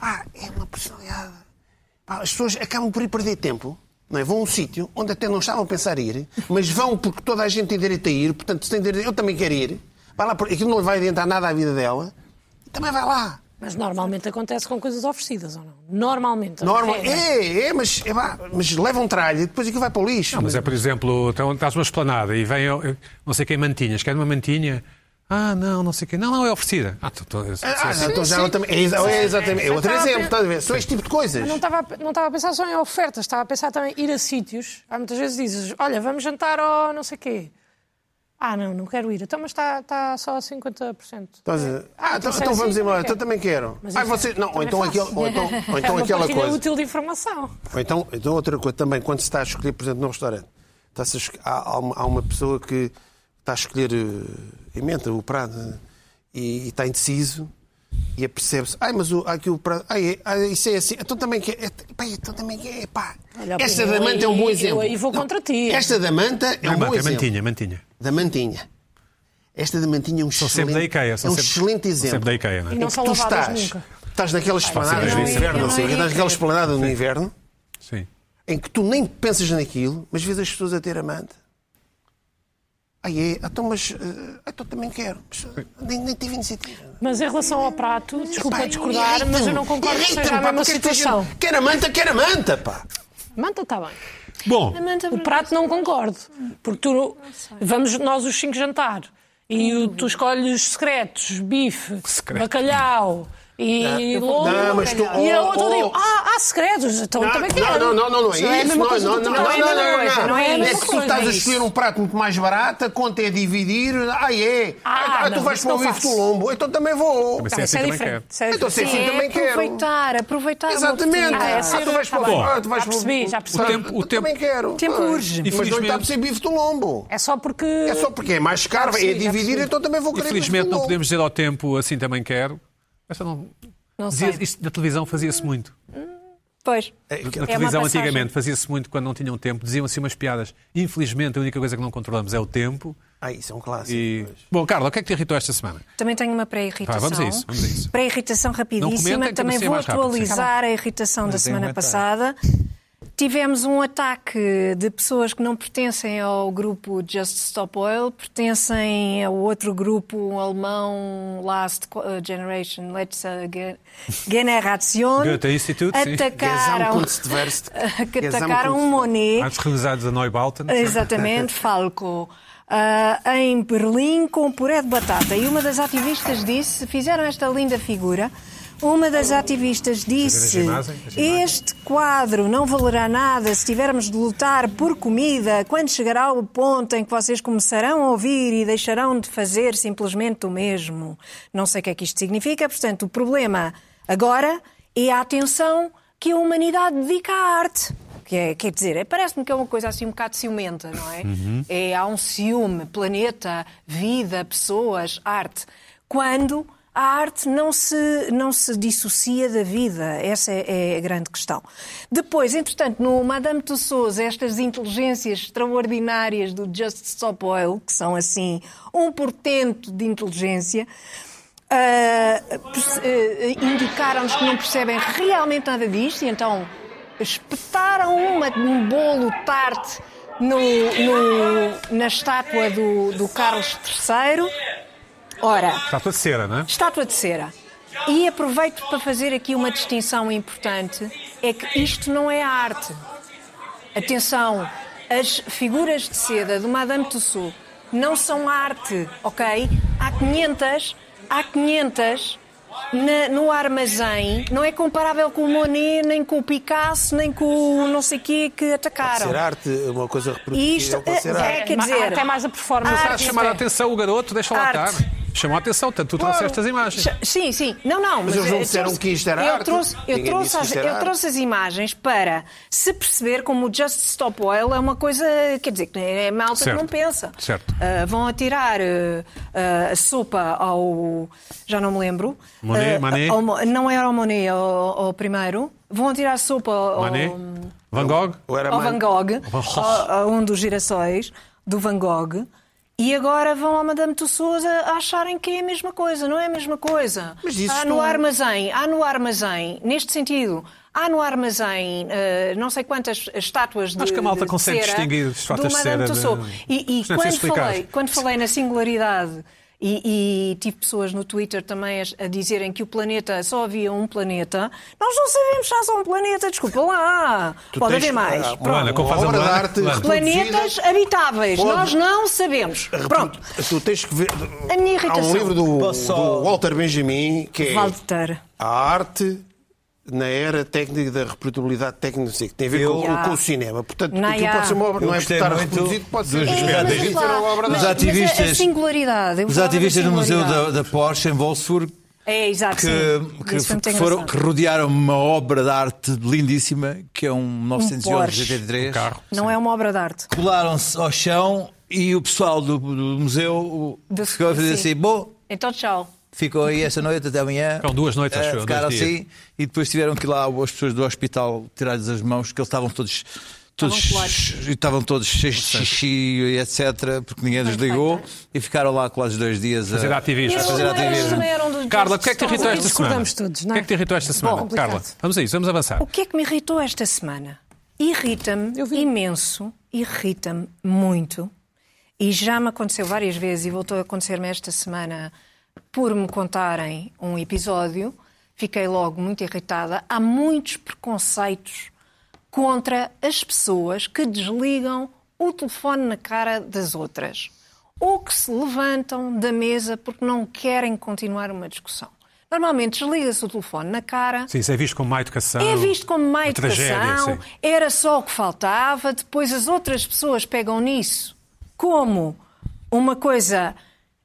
Speaker 3: Ah, é uma personalidade. Pá, as pessoas acabam por ir perder tempo. Não é? Vão a um sítio onde até não estavam a pensar ir, mas vão porque toda a gente tem direito a ir, portanto, se tem direito, eu também quero ir. Vai lá, por- aquilo não lhe vai adiantar nada à vida dela, também vai lá.
Speaker 4: Mas normalmente acontece com coisas oferecidas, ou não? Normalmente.
Speaker 3: Normal.
Speaker 4: regra.
Speaker 3: É, é, mas, é, pá, mas leva um tralho e depois aquilo vai para o lixo.
Speaker 1: Não, mas é, por exemplo, então, estás numa esplanada e vem, eu- eu- não sei quem, mantinhas. Quer uma mantinha? Ah, não, não sei quem. Não, não, é oferecida. Ah, tu, tu, se- se-
Speaker 3: Ah,
Speaker 1: se-
Speaker 3: então já não também. É, exa- é exatamente. É outro
Speaker 4: Sim.
Speaker 3: exemplo, estás a ver? São este tipo de coisas.
Speaker 4: Mas não estava, a- não estava a pensar só em ofertas, estava a pensar também em ir a sítios. Há muitas vezes dizes, olha, vamos jantar ao não sei quê. Ah, não, não quero ir. Então, mas está, está só a 50%.
Speaker 3: Estás a- Ah, então,
Speaker 4: Sim,
Speaker 3: então
Speaker 4: sim,
Speaker 3: vamos
Speaker 4: sim,
Speaker 3: embora,
Speaker 4: ok.
Speaker 3: então também quero.
Speaker 4: Mas
Speaker 3: Ah,
Speaker 4: isso
Speaker 3: você... Não, ou
Speaker 4: também
Speaker 3: então,
Speaker 4: é
Speaker 3: aquele,
Speaker 4: fácil. [laughs]
Speaker 3: ou então, ou
Speaker 4: É
Speaker 3: então
Speaker 4: uma
Speaker 3: aquela
Speaker 4: partilha
Speaker 3: coisa.
Speaker 4: útil de informação.
Speaker 3: Ou então, então outra coisa também, quando se está a escolher, por exemplo, num restaurante, está-se a esco- há, há uma, há uma pessoa que está a escolher eh, a emenda, o prato, eh, e, e está indeciso, e apercebe-se, ai, mas o, há aqui o prato, ai, é- ai, isso é assim, então também quer, é, pá, então também quer, pá.
Speaker 4: Olha,
Speaker 3: Esta
Speaker 4: eu
Speaker 3: da manta é um
Speaker 4: aí-
Speaker 3: bom
Speaker 4: eu
Speaker 3: exemplo.
Speaker 4: aí vou
Speaker 3: Não,
Speaker 4: contra ti.
Speaker 3: Esta da manta é
Speaker 1: Não,
Speaker 3: um bom
Speaker 1: manta, é
Speaker 3: exemplo.
Speaker 1: mantinha, mantinha.
Speaker 3: Da mantinha. Esta da mantinha é um
Speaker 1: São
Speaker 3: excelente,
Speaker 1: sempre da IKEA.
Speaker 3: é
Speaker 1: São
Speaker 3: um
Speaker 1: sempre-
Speaker 3: excelente
Speaker 1: são
Speaker 3: exemplo.
Speaker 1: sempre da IKEA, não é?
Speaker 4: E
Speaker 3: Em
Speaker 4: não
Speaker 3: que
Speaker 4: são
Speaker 3: tu
Speaker 4: lavadas
Speaker 3: estás,
Speaker 4: nunca.
Speaker 3: estás naquela esplanada
Speaker 1: não
Speaker 3: no
Speaker 1: é-
Speaker 3: inverno,
Speaker 1: não
Speaker 3: não sei o quê,
Speaker 5: é-
Speaker 3: estás naquela esplanada no inverno,
Speaker 1: Sim.
Speaker 3: em que tu nem pensas naquilo, mas vês as pessoas a ter amante. Aí é, então, mas eh, então também quero. Mas, nem, nem tive iniciativa.
Speaker 4: Mas em relação ao prato, desculpa
Speaker 3: Pá,
Speaker 4: discordar,
Speaker 3: irrita-me,
Speaker 4: mas eu não concordo que seja
Speaker 3: irrita-me,
Speaker 4: a
Speaker 3: pá,
Speaker 4: mesma
Speaker 3: porque é esta
Speaker 4: situação.
Speaker 3: gente- Quer a manta, quer a manta, pá.
Speaker 4: Manta está bem.
Speaker 1: Bom,
Speaker 4: O prato não concordo. Porque tu, vamos nós os cinco jantar. E o- tu escolhes secretos, bife,
Speaker 1: Secreto.
Speaker 4: bacalhau e lombo.
Speaker 3: Ah, Não, mas tu-
Speaker 4: E a outra
Speaker 3: oh,
Speaker 4: digo,
Speaker 3: oh.
Speaker 4: ah, há secretos, então
Speaker 3: Não,
Speaker 4: também quero.
Speaker 3: não, não, não, não é
Speaker 4: a
Speaker 3: isso.
Speaker 4: mesma
Speaker 3: Não,
Speaker 4: coisa
Speaker 3: não,
Speaker 4: do
Speaker 3: não,
Speaker 4: teu
Speaker 3: não,
Speaker 4: prato.
Speaker 3: não,
Speaker 5: é a mesma
Speaker 3: não,
Speaker 5: coisa,
Speaker 3: não.
Speaker 5: não é a
Speaker 3: É
Speaker 5: mesma
Speaker 3: que tu
Speaker 5: coisa,
Speaker 3: estás
Speaker 5: é
Speaker 3: a
Speaker 5: isso.
Speaker 3: escolher um prato muito mais barato, a conta é dividir. Ah, é.
Speaker 4: Ah,
Speaker 3: Ah, tu
Speaker 4: não,
Speaker 3: vais
Speaker 4: isso
Speaker 3: para o
Speaker 4: não
Speaker 3: bife
Speaker 4: faço.
Speaker 3: do lombo. Então também vou.
Speaker 1: Também
Speaker 4: Tá,
Speaker 1: Sim,
Speaker 4: isso
Speaker 1: assim
Speaker 4: é
Speaker 1: também
Speaker 4: diferente.
Speaker 1: quero.
Speaker 4: isso é
Speaker 3: Então, sim,
Speaker 4: diferente.
Speaker 3: sim,
Speaker 5: É
Speaker 3: também quero.
Speaker 5: aproveitar, aproveitar. uma
Speaker 3: Exatamente.
Speaker 5: oportunidade.
Speaker 4: é
Speaker 3: Ah,
Speaker 4: assim,
Speaker 3: tu vais para
Speaker 4: tá
Speaker 3: o.
Speaker 4: bem.
Speaker 3: ah, tu vais
Speaker 4: Já
Speaker 3: para o-
Speaker 4: percebi, já percebi.
Speaker 1: O tempo- o
Speaker 3: Também
Speaker 1: tempo-
Speaker 3: quero.
Speaker 5: O tempo
Speaker 3: Ah,
Speaker 5: urge.
Speaker 3: Mas não
Speaker 1: Infelizmente-
Speaker 3: está a perceber bife do lombo.
Speaker 4: É só porque.
Speaker 3: É só porque é mais caro, é
Speaker 4: percebi, já
Speaker 3: dividir,
Speaker 4: percebi.
Speaker 3: então também vou querer.
Speaker 1: infelizmente
Speaker 3: bife do
Speaker 1: não
Speaker 3: lombo.
Speaker 1: podemos dizer ao tempo assim também quero. Esta não.
Speaker 4: Não
Speaker 1: Dizia-
Speaker 4: sei.
Speaker 1: Isto na televisão fazia-se muito.
Speaker 5: Pois.
Speaker 3: É
Speaker 1: Na
Speaker 5: É
Speaker 1: televisão antigamente fazia-se muito quando não tinham tempo, diziam assim umas piadas. Infelizmente a única coisa que não controlamos é o tempo.
Speaker 3: Ah, isso é um clássico.
Speaker 1: E...
Speaker 3: pois.
Speaker 1: Bom, Carla, o que é que te irritou esta semana?
Speaker 5: Também tenho uma pré-irritação.
Speaker 1: Pá, Tá, vamos a isso, vamos a isso.
Speaker 5: Pré-irritação
Speaker 1: Não comentem,
Speaker 5: rapidíssima.
Speaker 1: que
Speaker 5: Também
Speaker 1: assim é
Speaker 5: vou
Speaker 1: mais rápido, sim.
Speaker 5: atualizar a irritação da
Speaker 2: tem um
Speaker 5: semana
Speaker 2: ataque.
Speaker 5: passada. Tivemos um ataque de pessoas que não pertencem ao grupo Just Stop Oil, pertencem ao outro grupo um alemão Last Co- uh, Generation, Let's uh, Ge- Generation.
Speaker 1: Goethe Institute, sim.
Speaker 3: Gesam
Speaker 5: Atacaram,
Speaker 4: [laughs]
Speaker 3: Kunstwerst.
Speaker 5: que
Speaker 3: Gesam
Speaker 5: [laughs] atacaram um
Speaker 3: Kunst-
Speaker 5: Monet.
Speaker 1: Antes realizados a Neubauten.
Speaker 5: [laughs] É. Exatamente, Falco. Ah, em Berlim com puré de batata. E uma das ativistas disse: fizeram esta linda figura. Uma das ativistas disse:
Speaker 1: Quer ver as imagens? As imagens?
Speaker 5: Este quadro não valerá nada se tivermos de lutar por comida quando chegará o ponto em que vocês começarão a ouvir e deixarão de fazer simplesmente o mesmo. Não sei o que é que isto significa, portanto, o problema agora é a atenção que a humanidade dedica à arte. Que é- quer dizer, é- parece-me que é uma coisa assim um bocado ciumenta, não é? é? Há um ciúme, planeta, vida, pessoas, arte. Quando a arte não se, não se dissocia da vida, essa é, é a grande questão. Depois, entretanto, no Madame Tussauds, estas inteligências extraordinárias do Just Stop Oil, que são assim um portento de inteligência, ah, perce- ah, indicaram-nos que não percebem realmente nada disto e então espetaram uma, um bolo tarte no- no- na estátua do, do Carlos III. Ora,
Speaker 1: Está toda cera, não é?
Speaker 5: Estátua de cera. E aproveito para fazer aqui uma distinção importante: é que isto não é arte. Atenção, as figuras de seda do Madame Tussauds não são arte, ok? Há 500, há 500 na- no armazém, não é comparável com o Monet, nem com o Picasso, nem com o não sei quê que atacaram.
Speaker 3: Ser arte, uma coisa reproduzível.
Speaker 5: E isto
Speaker 3: pode ser arte.
Speaker 5: é, é, quer
Speaker 4: Ma-
Speaker 5: dizer,
Speaker 4: até mais a performance.
Speaker 5: a
Speaker 1: Está a
Speaker 5: arte-
Speaker 1: chamar a atenção o garoto, deixa lá estar.
Speaker 5: Arte.
Speaker 1: Chamou a atenção, tanto tu trouxeste estas imagens.
Speaker 5: Ch- Sim, sim. Não, não.
Speaker 3: Mas eles não
Speaker 5: eu
Speaker 3: disseram
Speaker 5: trouxe-
Speaker 3: que isto era
Speaker 5: eu
Speaker 3: arte.
Speaker 5: Trouxe, eu,
Speaker 3: Ninguém
Speaker 5: trouxe
Speaker 3: disse que
Speaker 5: as,
Speaker 3: isto era
Speaker 5: eu
Speaker 3: arte.
Speaker 5: trouxe as imagens para se perceber como o Just Stop Oil é uma coisa, quer dizer, que é malta
Speaker 1: Certo.
Speaker 5: que não pensa.
Speaker 1: Certo.
Speaker 5: Ah, vão atirar ah, ah, a sopa ao. Já não me lembro.
Speaker 1: Monet,
Speaker 5: Ah,
Speaker 1: Manet?
Speaker 5: ao Mo- não era ao Monet, ao, ao primeiro. Vão atirar a sopa ao.
Speaker 1: Manet, Van Gogh,
Speaker 3: Ou era
Speaker 5: Ao
Speaker 3: mãe?
Speaker 5: Van Gogh,
Speaker 1: Van Gogh.
Speaker 5: ao- a um dos girassóis do Van Gogh. E agora vão à Madame Tussauds a a acharem que é a mesma coisa. Não é a mesma coisa.
Speaker 3: Mas isso
Speaker 5: há no
Speaker 3: não-
Speaker 5: armazém, há no armazém, neste sentido, há no armazém eh, não sei quantas estátuas de
Speaker 1: Acho que a malta
Speaker 5: de
Speaker 1: consegue
Speaker 5: cera
Speaker 1: distinguir as estátuas
Speaker 5: do
Speaker 1: de
Speaker 5: Madame
Speaker 1: cera de-
Speaker 5: Tussauds. E, e
Speaker 1: Isto não é
Speaker 5: quando,
Speaker 1: preciso explicar.
Speaker 5: falei, quando falei na singularidade... E, e tive pessoas no Twitter também a, a dizerem que o planeta só havia um planeta. Nós não sabemos se há só um planeta, desculpa lá.
Speaker 3: Tu
Speaker 5: Pode
Speaker 3: tens-
Speaker 5: haver mais.
Speaker 3: ah,
Speaker 5: Pronto.
Speaker 1: Luana, como faz a
Speaker 3: Uma obra
Speaker 1: Luana?
Speaker 3: de arte
Speaker 1: Luana.
Speaker 3: reproduzida,
Speaker 5: Planetas habitáveis,
Speaker 3: Pode.
Speaker 5: nós não sabemos. Pronto,
Speaker 3: repro- Tu tens que ver.
Speaker 5: a minha
Speaker 3: Há
Speaker 5: irritação.
Speaker 3: um livro do,
Speaker 2: Posso só-
Speaker 3: do Walter Benjamin que é
Speaker 5: Walter.
Speaker 3: A Arte na Era Técnica da Reprodutibilidade Técnica, não sei, que tem a ver
Speaker 2: Eu-
Speaker 3: com,
Speaker 5: Ya.
Speaker 3: com o cinema. Portanto,
Speaker 5: Na
Speaker 3: aquilo
Speaker 5: ya.
Speaker 3: pode ser uma obra,
Speaker 2: Eu
Speaker 3: não é por
Speaker 2: gostei
Speaker 3: estar
Speaker 2: muito
Speaker 3: reproduzido, pode ser.
Speaker 2: dos
Speaker 5: É,
Speaker 2: Os
Speaker 5: mas
Speaker 2: ativistas-
Speaker 5: vê lá,
Speaker 3: uma obra de
Speaker 5: mas-
Speaker 2: Os
Speaker 3: arte.
Speaker 5: mas a- a
Speaker 2: ativistas-
Speaker 5: singularidade. eu
Speaker 2: Os
Speaker 5: falava da
Speaker 2: ativistas do Museu da,
Speaker 5: singularidade.
Speaker 2: da Porsche em Wolfsburg
Speaker 5: É, exato. sim.
Speaker 2: que, que
Speaker 5: Isso foi muito
Speaker 2: foram,
Speaker 5: engraçado.
Speaker 2: que rodearam uma obra de arte lindíssima que é um
Speaker 5: Porsche.
Speaker 2: 1911 GT3.
Speaker 1: Um carro.
Speaker 5: Não é uma obra de arte.
Speaker 2: Colaram-se ao chão e o pessoal do, do museu
Speaker 5: Do-
Speaker 2: ficou a fazer
Speaker 5: sim.
Speaker 2: assim: bom,
Speaker 5: Então, tchau.
Speaker 2: ficou aí essa noite até amanhã.
Speaker 1: Ficaram duas noites,
Speaker 2: Eh,
Speaker 1: acho eu,
Speaker 2: Ficaram
Speaker 1: dois dias.
Speaker 2: assim e depois tiveram que ir lá as pessoas do hospital tirar-lhes as mãos, que eles estavam todos todos,
Speaker 5: Estavam colados.
Speaker 2: e estavam todos cheios de xixi e etc, porque ninguém nos ligou e ficaram lá colados dois dias a
Speaker 1: Fazer ativismo.
Speaker 5: Eles
Speaker 2: fazer
Speaker 4: é.
Speaker 5: não eram-
Speaker 2: ativismo.
Speaker 5: também eram dos-
Speaker 1: Carla, o
Speaker 5: dos
Speaker 1: que é que te
Speaker 5: estavam-
Speaker 1: irritou esta semana?
Speaker 4: discordamos todos,
Speaker 1: O
Speaker 4: não é?
Speaker 1: que é que te irritou esta semana?
Speaker 4: complicado.
Speaker 1: Carla, vamos a isso, vamos avançar.
Speaker 5: O que é que me irritou esta semana? Irrita-me
Speaker 4: Tá. Eu vi.
Speaker 5: imenso, irrita-me muito, e já me aconteceu várias vezes, e voltou a acontecer-me esta semana, por me contarem um episódio, fiquei logo muito irritada. Há muitos preconceitos contra as pessoas que desligam o telefone na cara das outras ou que se levantam da mesa porque não querem continuar uma discussão. Normalmente desliga-se o telefone na cara
Speaker 1: Sim, isso é visto como má educação.
Speaker 5: é visto como má
Speaker 1: uma
Speaker 5: educação,
Speaker 1: Tragédia, sim.
Speaker 5: era só o que faltava, depois as outras pessoas pegam nisso como uma coisa,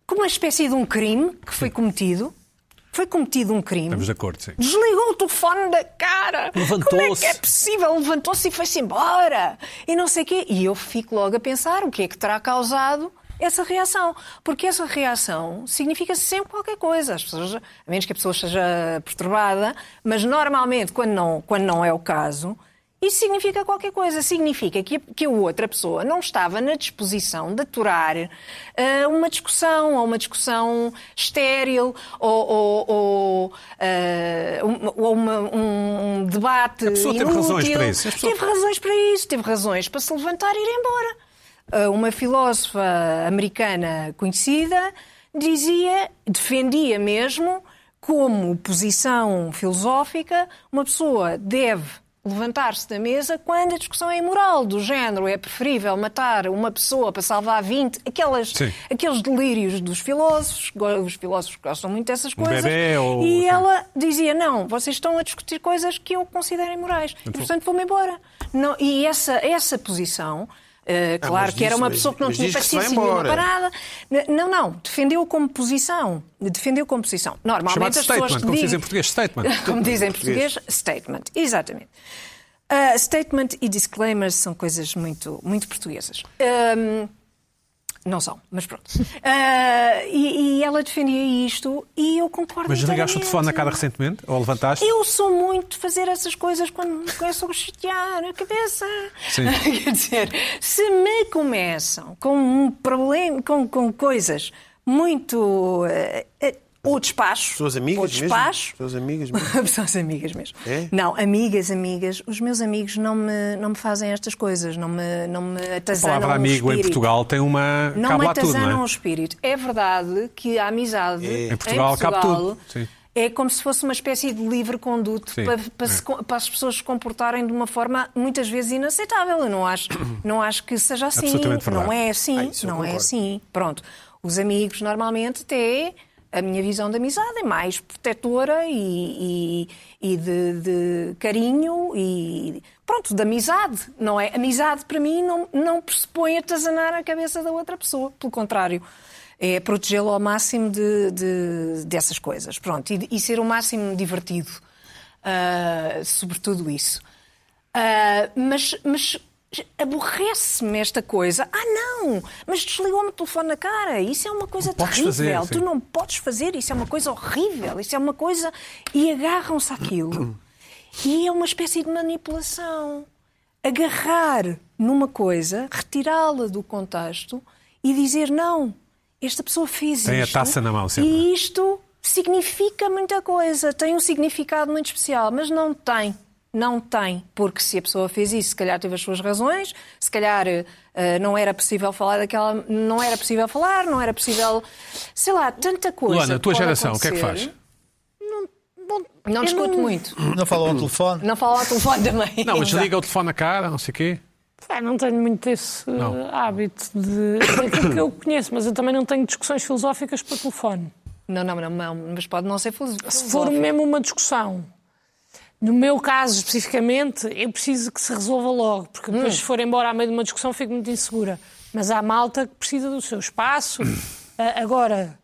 Speaker 5: como uma espécie de um crime que foi cometido. Foi cometido um crime.
Speaker 1: Estamos de acordo, sim.
Speaker 5: Desligou o telefone da cara. Como é que é
Speaker 2: Levantou-se.
Speaker 5: possível? Levantou-se e foi-se embora. E não sei o quê. E eu fico logo a pensar o que é que terá causado essa reação. Porque essa reação significa sempre qualquer coisa. As pessoas, a menos que a pessoa esteja perturbada, mas normalmente, quando não, quando não é o caso, isso significa qualquer coisa. Significa que a, que a outra pessoa não estava na disposição de aturar eh, uma discussão, ou uma discussão estéril, ou, ou- ou, eh, um, ou uma- um debate. A
Speaker 1: pessoa teve razões para isso. A pessoa-
Speaker 5: Teve razões para isso, teve razões para se levantar e ir embora. Eh, Uma filósofa americana conhecida dizia, defendia mesmo, como posição filosófica, uma pessoa deve levantar-se da mesa quando a discussão é imoral, do género é preferível matar uma pessoa para salvar 20, aquelas,
Speaker 1: Sim.
Speaker 5: aqueles delírios dos filósofos, go- os filósofos gostam muito dessas
Speaker 1: Um
Speaker 5: coisas.
Speaker 1: bebê ou-
Speaker 5: E
Speaker 1: sim.
Speaker 5: ela dizia: não, vocês estão a discutir coisas que eu considero imorais.
Speaker 1: Então-
Speaker 5: E, portanto, vou-me embora. Não, e essa, essa posição. eh,
Speaker 3: Ah,
Speaker 5: claro
Speaker 3: mas
Speaker 5: que era
Speaker 3: diz-
Speaker 5: uma pessoa que não
Speaker 3: mas
Speaker 5: tinha
Speaker 3: diz que se vai
Speaker 5: paciência nenhuma
Speaker 3: embora.
Speaker 5: para nada. N- Não, não. Defendeu como posição. Defendeu como posição. Normalmente
Speaker 1: Chamado
Speaker 5: as pessoas.
Speaker 1: statement,
Speaker 5: que
Speaker 1: como se diz
Speaker 5: dizem-
Speaker 1: em português, statement.
Speaker 5: [laughs] como dizem em português, statement. Exatamente. Ah, statement e disclaimers são coisas muito, muito portuguesas. Ahm, não são, mas pronto. Ah, e, e ela defendia isto e eu concordo
Speaker 1: Mas desligaste o
Speaker 5: inteiramente.
Speaker 1: telefone na cara recentemente? Ou levantaste?
Speaker 5: Eu sou muito de fazer essas coisas quando me começam a chatear a cabeça.
Speaker 1: Sim.
Speaker 5: [laughs] Quer dizer, se me começam com um problema, com, com coisas muito. eh, eh, ou despacho.
Speaker 3: Pessoas amigas
Speaker 5: Ou
Speaker 3: mesmo?
Speaker 5: despacho.
Speaker 3: Pessoas amigas mesmo?
Speaker 5: [laughs] Pessoas amigas mesmo.
Speaker 3: É?
Speaker 5: Não, amigas, amigas. Os meus amigos não me, não me fazem estas coisas, não me, não me
Speaker 1: A
Speaker 5: atazanam
Speaker 1: palavra
Speaker 5: o
Speaker 1: amigo em
Speaker 5: espírito.
Speaker 1: Portugal tem uma.
Speaker 5: Não
Speaker 1: cabe
Speaker 5: me
Speaker 1: lá tudo,
Speaker 5: atazanam
Speaker 1: não
Speaker 5: o
Speaker 1: é?
Speaker 5: espírito. É verdade que a amizade
Speaker 1: Em Portugal cabe
Speaker 5: Portugal
Speaker 1: tudo. Sim.
Speaker 5: É como se fosse uma espécie de livre conduto
Speaker 1: Sim,
Speaker 5: para, para
Speaker 1: é.
Speaker 5: se co- para as pessoas se comportarem de uma forma muitas vezes inaceitável. Eu não acho, [coughs] não acho que seja assim.
Speaker 1: Absolutamente verdade.
Speaker 5: Não é assim.
Speaker 3: Ah, isso eu
Speaker 5: não é
Speaker 3: concordo.
Speaker 5: assim. Pronto. Os amigos normalmente têm. A minha visão de amizade é mais protetora e, e- e de, de carinho e. Pronto, de amizade, não é? Amizade para mim não, não pressupõe atazanar a cabeça da outra pessoa. Pelo contrário, é protegê-lo ao máximo de, de- dessas coisas. Pronto, e, e ser o máximo divertido, ah, sobretudo isso. Ah, mas mas aborrece-me esta coisa. Ah, não! Mas desligou-me o telefone na cara. Isso é uma coisa
Speaker 1: podes
Speaker 5: terrível.
Speaker 1: fazer, sim.
Speaker 5: tu não podes fazer. Isso é uma coisa horrível. Isso é uma coisa. E agarram-se àquilo. E é uma espécie de manipulação. Agarrar numa coisa, retirá-la do contexto e dizer não. Esta pessoa fez
Speaker 1: Tem a
Speaker 5: isto
Speaker 1: taça na mão sempre.
Speaker 5: e isto significa muita coisa, tem um significado muito especial, mas não tem. Não tem, porque se a pessoa fez isso, se calhar teve as suas razões, se calhar eh, não era possível falar daquela. Não era possível falar, não era possível. Sei lá, tanta coisa.
Speaker 1: Luana, a
Speaker 5: que
Speaker 1: tua
Speaker 5: pode
Speaker 1: geração, o que é que faz?
Speaker 5: acontecer. Não discuto muito.
Speaker 2: Não falam ao telefone.
Speaker 5: Não falo ao telefone também.
Speaker 1: Não, mas desliga o telefone na cara, não sei o quê. é
Speaker 4: Pá, não tenho muito esse eh, hábito de. [coughs] daquilo que eu conheço, mas eu também não tenho discussões filosóficas por telefone.
Speaker 5: Não, não, não, não, mas pode não ser filosofia.
Speaker 4: Se for mesmo uma discussão, no meu caso especificamente, eu preciso que se resolva logo,
Speaker 1: Hum.
Speaker 4: porque depois, se for embora à meio de uma discussão, fico muito insegura. Mas há malta que precisa do seu espaço.
Speaker 1: Hum.
Speaker 4: Ah, agora,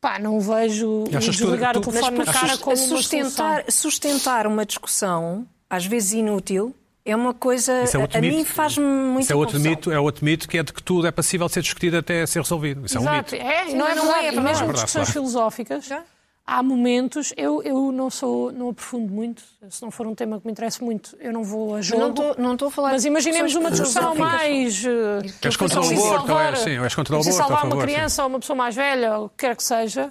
Speaker 4: pá, não vejo
Speaker 1: E
Speaker 4: o
Speaker 1: achas que tu-
Speaker 4: desligar
Speaker 1: tu-
Speaker 4: o telefone na
Speaker 1: Mas
Speaker 4: cara
Speaker 5: sus-
Speaker 4: como uma solução.
Speaker 5: sustentar, sustentar uma discussão, às vezes inútil, é uma coisa.
Speaker 1: Isso é outro
Speaker 5: a
Speaker 1: mito.
Speaker 5: mim faz-me muito
Speaker 1: Isso é outro mito, é outro mito que é de que tudo é passível de ser discutido até ser resolvido. Isso é um mito.
Speaker 4: Exato. É,
Speaker 5: Sim,
Speaker 4: não é
Speaker 5: mas não é,
Speaker 4: verdade.
Speaker 5: é
Speaker 4: E
Speaker 5: verdade.
Speaker 4: mesmo discussões
Speaker 1: Claro.
Speaker 4: filosóficas,
Speaker 5: Já?
Speaker 4: há momentos, eu, eu não sou, não aprofundo muito, se não for um tema que me interessa muito, eu não vou a
Speaker 5: Não
Speaker 4: jogo.
Speaker 5: estou- não estou a falar
Speaker 4: Mas
Speaker 5: de
Speaker 4: imaginemos
Speaker 5: pessoas
Speaker 4: uma
Speaker 5: que
Speaker 4: discussão
Speaker 5: sofrem.
Speaker 4: mais. eh,
Speaker 5: Que és
Speaker 1: contra o
Speaker 4: preciso
Speaker 1: aborto,
Speaker 4: salvar-
Speaker 1: ou é? Sim, és contra o aborto, a
Speaker 4: preciso salvar uma
Speaker 1: favor,
Speaker 4: criança ou uma pessoa mais velha, ou o que quer que seja.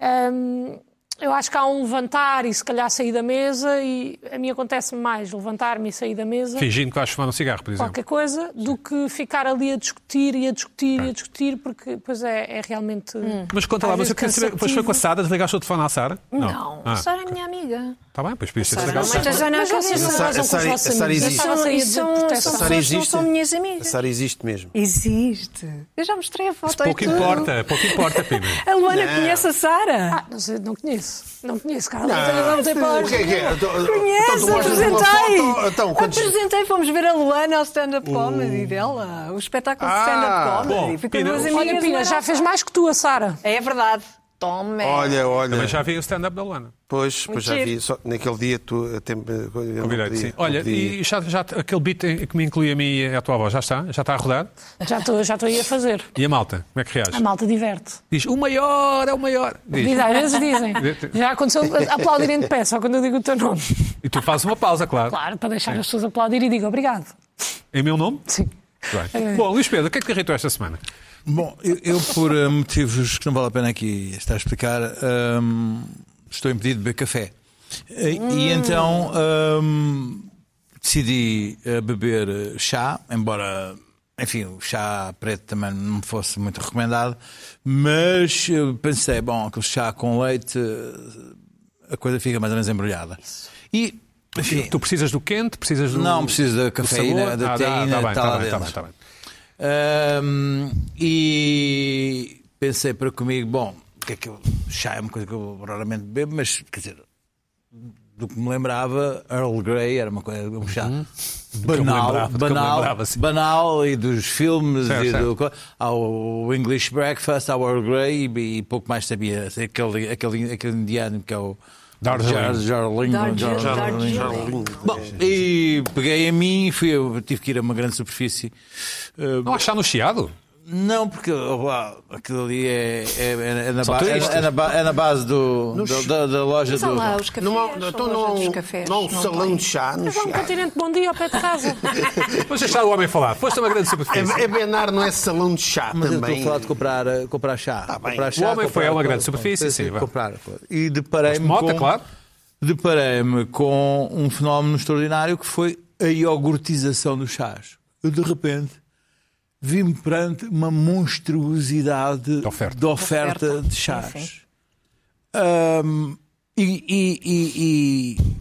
Speaker 4: Hum, eu acho que há um levantar e se calhar sair da mesa, e a mim acontece-me mais levantar-me e sair da mesa
Speaker 1: Fingindo que vais fumar um cigarro, por exemplo.
Speaker 4: qualquer coisa do que ficar ali a discutir e a discutir e a discutir, porque pois é, é realmente.
Speaker 1: Mas conta lá,
Speaker 4: às
Speaker 1: mas eu queria
Speaker 4: vezes
Speaker 1: saber, depois foi com a
Speaker 4: cansativo.
Speaker 1: Sara, desligaste o telefone à Sara?
Speaker 5: Não,
Speaker 1: Ah.
Speaker 5: a Sara é minha amiga.
Speaker 1: Está bem, pois podia ser
Speaker 5: Sara,
Speaker 1: desligado.
Speaker 5: não tens razão na
Speaker 4: Mas vocês
Speaker 5: cabeça.
Speaker 4: não
Speaker 3: Essa-
Speaker 4: razão
Speaker 3: essa-
Speaker 4: com os vossos
Speaker 3: essa
Speaker 4: amigos. Eu
Speaker 3: existe.
Speaker 4: estava a
Speaker 5: São,
Speaker 4: sair
Speaker 5: e
Speaker 4: de
Speaker 5: são, são
Speaker 3: Sara
Speaker 4: proteção.
Speaker 5: pessoas que não
Speaker 3: existe.
Speaker 5: são minhas
Speaker 3: A
Speaker 5: amigas.
Speaker 3: Sara existe mesmo.
Speaker 6: Existe.
Speaker 5: Eu já mostrei a foto e
Speaker 1: Pouco
Speaker 5: tudo.
Speaker 1: importa, pouco importa, Pina.
Speaker 5: [laughs]
Speaker 6: A Luana conhece a Sara.
Speaker 4: Ah, não, sei, não conheço. Não conheço, Carla. Não, não tem palavras.
Speaker 3: O que é que é? Então,
Speaker 6: Conhece,
Speaker 3: tu gostas de uma
Speaker 6: apresentei.
Speaker 3: foto? Então, quantos...
Speaker 6: Apresentei, fomos ver a Luana ao stand-up comedy dela. O espetáculo de
Speaker 3: Ah,
Speaker 6: stand-up comedy.
Speaker 1: bom,
Speaker 6: Fui com
Speaker 1: Pina,
Speaker 6: duas
Speaker 1: o-
Speaker 6: amigas
Speaker 4: Olha, Pina,
Speaker 6: maravilhosas.
Speaker 4: já fez mais que tu, a Sara.
Speaker 5: É verdade. Toma. é.
Speaker 3: Olha,
Speaker 1: Também
Speaker 3: olha.
Speaker 1: já vi o stand-up da Luana.
Speaker 3: Pois, pois já
Speaker 6: giro.
Speaker 3: vi. Só, naquele dia tu até me- eu não
Speaker 1: Convidei-te,
Speaker 3: podia,
Speaker 1: sim.
Speaker 3: não
Speaker 1: Olha,
Speaker 3: podia.
Speaker 1: e já, já aquele beat em- que me inclui a mim e a tua avó, já está? Já está a rodar?
Speaker 4: Já estou já estou aí a fazer.
Speaker 1: E a malta, como é que reage?
Speaker 4: A malta diverte.
Speaker 1: Diz, o maior é o maior. Diz.
Speaker 4: Diz, às vezes dizem. Já aconteceu aplaudirem de pé, só quando eu digo o teu nome.
Speaker 1: E tu fazes uma pausa, claro.
Speaker 4: Claro, para deixar as pessoas aplaudir e digo obrigado.
Speaker 1: Em meu nome?
Speaker 4: Sim.
Speaker 1: Bem. Bom, Luís Pedro, o que é que te irritou esta semana?
Speaker 2: Bom, eu, eu, por eh, motivos que não vale a pena aqui estar a explicar, hum, estou impedido de beber café. E, e então hum, decidi eh, beber eh, chá, embora, enfim, o chá preto também não me fosse muito recomendado, mas eh, pensei, bom, aquele chá com leite, eh, a coisa fica mais ou menos embrulhada. E, enfim,
Speaker 1: Tu precisas do quente, precisas do.
Speaker 2: Não, preciso da
Speaker 1: do
Speaker 2: cafeína,
Speaker 1: sabor?
Speaker 2: da
Speaker 1: ah, dá-
Speaker 2: teína,
Speaker 1: dá bem,
Speaker 2: tá
Speaker 1: tá
Speaker 2: lá
Speaker 1: bem, tá
Speaker 2: dentro.
Speaker 1: bem, tá bem.
Speaker 2: Ahm, e pensei para comigo, bom, o que é que eu, chá é uma coisa que eu raramente bebo, mas quer dizer, do que me lembrava, Earl Grey era uma coisa, um chá banal,
Speaker 1: lembrava, Uhum. do que eu me
Speaker 2: banal,
Speaker 1: lembrava, sim.
Speaker 2: banal e dos filmes
Speaker 1: Certo,
Speaker 2: e
Speaker 1: certo.
Speaker 2: do co- ao English Breakfast, ao Earl Grey e, e pouco mais sabia aquele, aquele, aquele indiano que é o
Speaker 1: Darjeeling.
Speaker 2: Jar- Jarling, Jarling.
Speaker 5: Darjeeling. Jarling.
Speaker 3: Jarlinho.
Speaker 2: Bom, e peguei a mim e fui, eu tive que ir a uma grande superfície. Ah,
Speaker 1: Não achar no chiado?
Speaker 2: não, porque opa, aquilo ali é, é, é, na, ba-
Speaker 1: turistas.
Speaker 2: é, é na ba- é na base do, do- da, da loja
Speaker 5: São
Speaker 2: do.
Speaker 5: lá os cafés.
Speaker 3: Não há,
Speaker 5: são
Speaker 3: então não há
Speaker 5: lojas dos
Speaker 3: um,
Speaker 5: cafés,
Speaker 3: não há um
Speaker 5: não
Speaker 3: salão
Speaker 5: tem.
Speaker 3: de chá no
Speaker 4: Mas há um
Speaker 3: chá.
Speaker 4: continente bom dia ao pé de casa.
Speaker 1: Vamos deixar o homem falar. Foste uma grande
Speaker 3: É,
Speaker 1: superfície.
Speaker 3: é Benar não é salão de chá
Speaker 2: Mas eu
Speaker 3: também.
Speaker 2: estou a falar de comprar, eh, comprar chá.
Speaker 3: bem.
Speaker 2: comprar
Speaker 1: O
Speaker 2: chá
Speaker 1: homem foi a uma
Speaker 2: comprar-
Speaker 1: grande superfície, sim, vá.
Speaker 2: comprar. E deparei-me.
Speaker 1: Mota,
Speaker 2: com-
Speaker 1: claro.
Speaker 2: Deparei-me com um fenómeno extraordinário que foi a iogurtização dos chás. Eu, de repente, vi-me perante uma monstruosidade de
Speaker 1: oferta.
Speaker 2: oferta de,
Speaker 5: oferta,
Speaker 2: chás.
Speaker 5: enfim.
Speaker 2: Ahm, e, e- e- e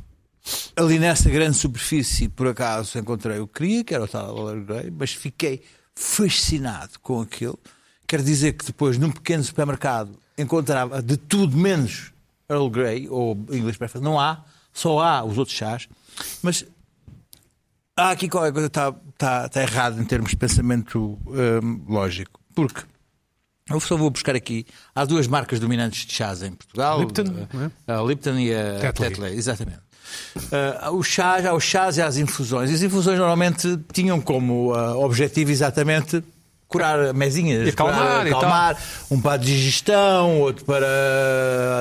Speaker 2: ali nessa grande superfície, por acaso, encontrei o que queria, que era o tal Dollar Grey, mas fiquei fascinado com aquilo. Quer dizer que depois, num pequeno supermercado, encontrava de tudo menos Earl Grey ou English Breakfast. Não há, só há os outros chás. Mas há aqui qualquer coisa que está, está, está errado em termos de pensamento hum, lógico. Porque eu só vou buscar aqui. Há duas marcas dominantes de chás em Portugal. eh,
Speaker 1: Lipton, não é?
Speaker 2: a, a Lipton e a
Speaker 1: Tetley.
Speaker 2: Tetley. exatamente. Ah, os chás, há os chás e há as infusões. E as infusões normalmente tinham como ah, objetivo exatamente curar mesinhas,
Speaker 1: E acalmar
Speaker 2: curar,
Speaker 1: e tal.
Speaker 2: acalmar. um para a digestão, outro para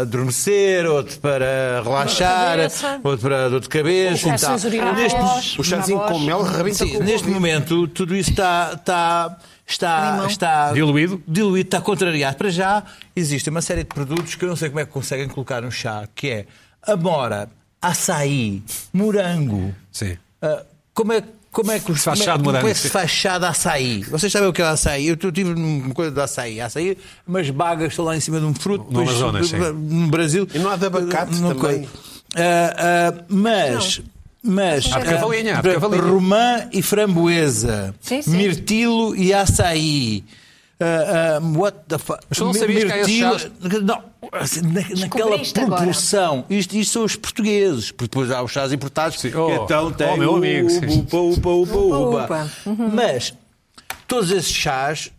Speaker 2: adormecer, outro para relaxar,
Speaker 4: cabeça.
Speaker 2: outro para dor de cabeça.
Speaker 4: Ou
Speaker 2: e tal.
Speaker 4: sensorial.
Speaker 2: Neste-
Speaker 3: O chazinho com mel rebenta
Speaker 2: Sim,
Speaker 3: com o
Speaker 2: neste
Speaker 3: Covid.
Speaker 2: momento tudo isso está, está, está, está
Speaker 1: Diluído.
Speaker 2: diluído, está contrariado. Para já existe uma série de produtos que eu não sei como é que conseguem colocar no chá, que é amora, açaí, morango.
Speaker 1: Sim.
Speaker 2: Ah, como é como é que os-
Speaker 1: faz
Speaker 2: como é-
Speaker 1: chá de morango,
Speaker 2: Como é que
Speaker 1: sim.
Speaker 2: se faz chá de açaí? Vocês sabem o que é açaí? Eu tive uma coisa de açaí. Açaí, umas bagas estão lá em cima de um fruto.
Speaker 1: No
Speaker 2: depois-
Speaker 1: Amazonas, sim.
Speaker 2: No Brasil.
Speaker 3: E não há de abacate
Speaker 2: Não
Speaker 3: também?
Speaker 2: coisa. Ah, ah, mas. Mas
Speaker 1: Há de cavalinha, há de
Speaker 2: ah,
Speaker 1: cavalinha.
Speaker 2: romã e framboesa,
Speaker 5: Sim, sim.
Speaker 2: mirtilo e açaí. Ah, ah, what the fuck?
Speaker 1: Mas tu não sabias que há esses chás?
Speaker 2: Não, assim, na- naquela
Speaker 5: Descobriste agora.
Speaker 2: proporção. Isto, isto são os portugueses, porque depois há os chás importados
Speaker 1: Sim. Oh,
Speaker 2: então tem
Speaker 1: oh, meu
Speaker 2: o
Speaker 1: amigo,
Speaker 2: uba,
Speaker 1: sim.
Speaker 2: upa, upa, upa, upa.
Speaker 5: upa.
Speaker 4: Uhum.
Speaker 2: Mas todos esses chás,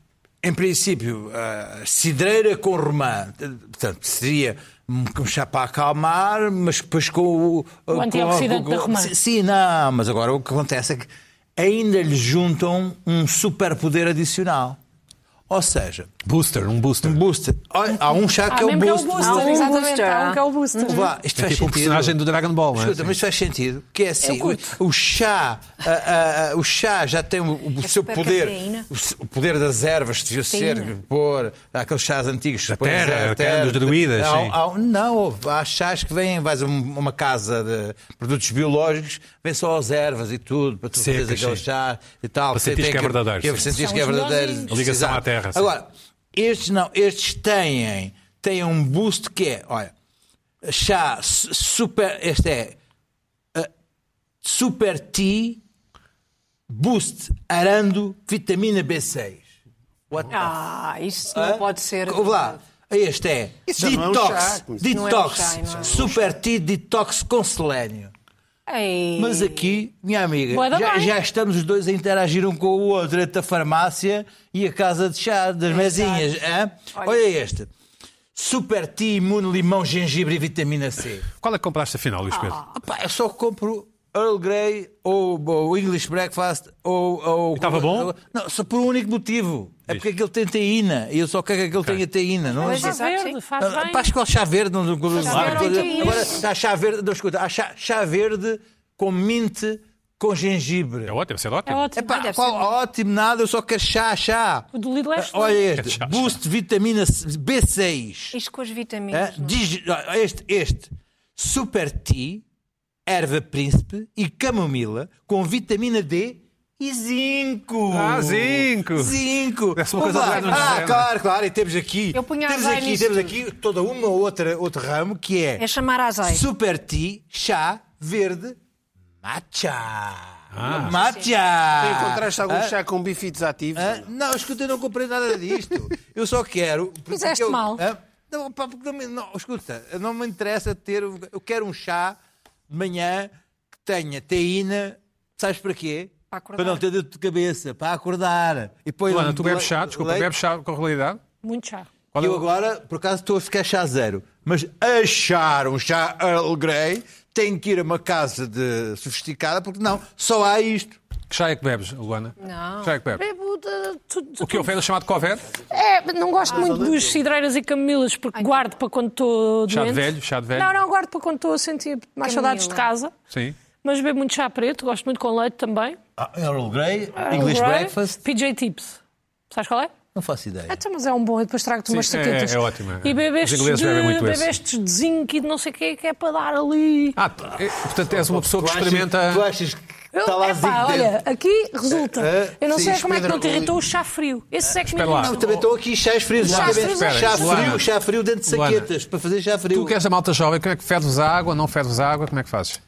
Speaker 2: em princípio, ah, cidreira com romã, eh, portanto, seria um um chá para acalmar, mas depois com o... ah, com a-
Speaker 4: antioxidante da romã.
Speaker 2: Sim, Sim, não, mas agora o que acontece é que ainda lhe juntam um superpoder adicional. Ou seja,
Speaker 1: Booster, um booster.
Speaker 2: um booster. Olha, Há um chá que é o
Speaker 4: mesmo que é o
Speaker 2: booster.
Speaker 4: booster.
Speaker 5: Há um
Speaker 4: exatamente,
Speaker 5: booster,
Speaker 4: há um
Speaker 5: há.
Speaker 4: que é o booster.
Speaker 2: Vá, isto
Speaker 1: É
Speaker 2: faz
Speaker 1: tipo o
Speaker 2: sentido.
Speaker 1: personagem do Dragon Ball, não é?
Speaker 2: Escuta, mas faz sentido. Que é assim,
Speaker 4: curto.
Speaker 2: o, o chá, a- a- a- o chá já tem o, o seu
Speaker 5: super
Speaker 2: poder,
Speaker 5: cafeína.
Speaker 2: o, se- o poder das ervas que devia ser,
Speaker 5: Cafeína.
Speaker 2: pôr há aqueles chás antigos. que se põe
Speaker 1: terra,
Speaker 2: a
Speaker 1: a terra dos druidas,
Speaker 2: Há-
Speaker 1: sim.
Speaker 2: há- não, há chás que vêm, vais a um- uma casa de produtos biológicos, vem só as ervas e tudo, para tu
Speaker 1: Secas,
Speaker 2: fazeres aquele
Speaker 1: sim.
Speaker 2: chá e tal.
Speaker 1: Para
Speaker 2: Você
Speaker 1: sentires
Speaker 2: tem
Speaker 1: que é verdadeiro,
Speaker 2: Que,
Speaker 1: sim.
Speaker 2: sentires
Speaker 4: São
Speaker 2: que é
Speaker 4: os
Speaker 2: verdadeiro.
Speaker 4: melhores
Speaker 1: A ligação
Speaker 2: Exato.
Speaker 1: à terra, sim.
Speaker 2: Agora, estes não, estes têm, têm um boost que é, olha, chá su- super. Este é. ah, super T Boost Arando Vitamina B6. What the
Speaker 5: Ah, isso não
Speaker 2: f-
Speaker 5: pode ser.
Speaker 2: Ouve lá. Este é.
Speaker 3: Isso já não é um
Speaker 2: detox.
Speaker 3: chá, como se-
Speaker 5: Não é um
Speaker 2: detox.
Speaker 5: chá, não é um
Speaker 2: super T Detox com selênio.
Speaker 5: Ei.
Speaker 2: Mas aqui, minha amiga,
Speaker 4: Boa da
Speaker 2: já,
Speaker 4: mãe.
Speaker 2: já estamos os dois a interagir um com o outro entre a farmácia e a casa de chá das mesinhas. hã? Olha. este. Super T Imune Limão, Gengibre e Vitamina C.
Speaker 1: Qual é que compraste afinal, Luís Pedro?
Speaker 2: Opa, eu só compro Earl Grey ou, ou English Breakfast ou. ou-
Speaker 1: E tava bom?
Speaker 2: Não, só por um único motivo. É
Speaker 1: Diz.
Speaker 2: porque aquele tem teína. E eu só quero que aquele tenha teína. Não, é
Speaker 5: Mas
Speaker 4: Chá
Speaker 5: isso- Exato,
Speaker 4: verde,
Speaker 5: sim.
Speaker 4: faz
Speaker 2: Ah,
Speaker 4: bem.
Speaker 2: Pá, escola chá verde, não, não, não-
Speaker 5: verde
Speaker 2: não-
Speaker 5: não tem
Speaker 2: Agora
Speaker 5: isso.
Speaker 2: está chá verde, não escuta, há chá, chá verde com mint com gengibre.
Speaker 1: É ótimo, será
Speaker 4: É
Speaker 1: ótimo.
Speaker 4: ótimo.
Speaker 2: Epá,
Speaker 5: deve
Speaker 2: qual-
Speaker 5: ser
Speaker 2: ótimo, nada, eu só quero chá, chá.
Speaker 4: O do Lidl é
Speaker 2: Ah,
Speaker 4: excelente.
Speaker 2: Olha este,
Speaker 1: É chá, chá.
Speaker 2: boost vitamina C- B6.
Speaker 5: Isto com as
Speaker 2: Ah,
Speaker 5: vitaminas. não é?
Speaker 2: diz- ah, este, este super tea, erva príncipe e camomila com vitamina D e zinco.
Speaker 1: Ah, zinco.
Speaker 2: Zinco.
Speaker 1: Parece uma coisa
Speaker 2: Vá.
Speaker 1: do Leonard
Speaker 2: ah,
Speaker 1: Skinner.
Speaker 2: claro, claro. E temos aqui,
Speaker 5: Eu punha
Speaker 2: temos
Speaker 5: azar
Speaker 2: aqui,
Speaker 5: nisto
Speaker 2: temos
Speaker 5: tudo.
Speaker 2: aqui toda uma ou outra outro ramo que é,
Speaker 5: É chamar azai.
Speaker 2: super tea, chá verde, matcha.
Speaker 1: Ah.
Speaker 3: Tu
Speaker 5: Ah,
Speaker 2: Matcha.
Speaker 3: encontraste algum chá com bifitos ativos?
Speaker 2: Hã? Ah, não, escuta, eu não comprei nada disto. Eu só quero. porque
Speaker 4: Fizeste
Speaker 2: eu-
Speaker 4: mal.
Speaker 2: Hã? Não, pá, porque não, me- não, escuta, não me interessa ter. Eu quero um chá de manhã que tenha teína, sabes para quê?
Speaker 5: Para acordar.
Speaker 2: não ter dor de cabeça, para acordar. E depois
Speaker 1: Luana,
Speaker 2: um
Speaker 1: tu bebes
Speaker 2: le-
Speaker 1: chá, desculpa,
Speaker 2: leite.
Speaker 1: bebes chá com realidade?
Speaker 4: Muito chá.
Speaker 1: Qual é
Speaker 2: Eu
Speaker 1: o-
Speaker 2: agora, por acaso, estou a ficar chá zero. Mas achar um chá Earl Grey tem que ir a uma casa de sofisticada, porque não, só há isto.
Speaker 1: Que chá é que bebes, Luana?
Speaker 5: Não.
Speaker 1: Que chá é que bebes?
Speaker 4: Bebo de- tudo-
Speaker 1: O que eu ofereço é chamado cover?
Speaker 4: É, mas não gosto muito dos cidreiras e camelas porque guardo para quando estou doente.
Speaker 1: Chá de velho, chá de velho.
Speaker 4: Não, não, guardo para quando estou a sentir
Speaker 5: Camomila.
Speaker 4: mais saudades de casa.
Speaker 1: Sim.
Speaker 4: Mas bebo muito chá preto, gosto muito com leite também.
Speaker 2: Ah, Earl Grey,
Speaker 4: Earl Grey, PJ Tips. Sabes qual é?
Speaker 2: Não faço ideia.
Speaker 4: Então, mas é um bom, eu depois trago-te umas
Speaker 1: Sim, é-
Speaker 4: saquetas.
Speaker 1: é ótimo, é.
Speaker 4: E
Speaker 1: Os
Speaker 4: bebestes
Speaker 1: ingleses
Speaker 4: de,
Speaker 1: bebem muito esse.
Speaker 4: bebestes de zinco e de não sei o que, que é para dar ali.
Speaker 1: Ah, tu- é- portanto, és uma pessoa
Speaker 2: Tu
Speaker 1: que
Speaker 2: achas-
Speaker 1: experimenta.
Speaker 2: Tu achas que
Speaker 4: Eu,
Speaker 2: está Tá lá
Speaker 4: epá,
Speaker 2: zinco dentro?
Speaker 4: olha, aqui resulta.
Speaker 2: É, é,
Speaker 4: eu não
Speaker 2: sim,
Speaker 4: sei é como é que
Speaker 2: Pedro,
Speaker 4: não te irritou o chá frio. Esse é que me
Speaker 1: espera lá.
Speaker 2: Não,
Speaker 4: irritou.
Speaker 2: também estão aqui chás frios.
Speaker 4: Chás
Speaker 2: exatamente.
Speaker 4: frios é
Speaker 2: chá
Speaker 1: isso. Luana.
Speaker 2: frio, chá frio dentro de
Speaker 1: Luana.
Speaker 2: saquetas, para fazer chá frio.
Speaker 1: Tu que és a malta jovem, como é que ferves a água, não ferves a água, como é que fazes?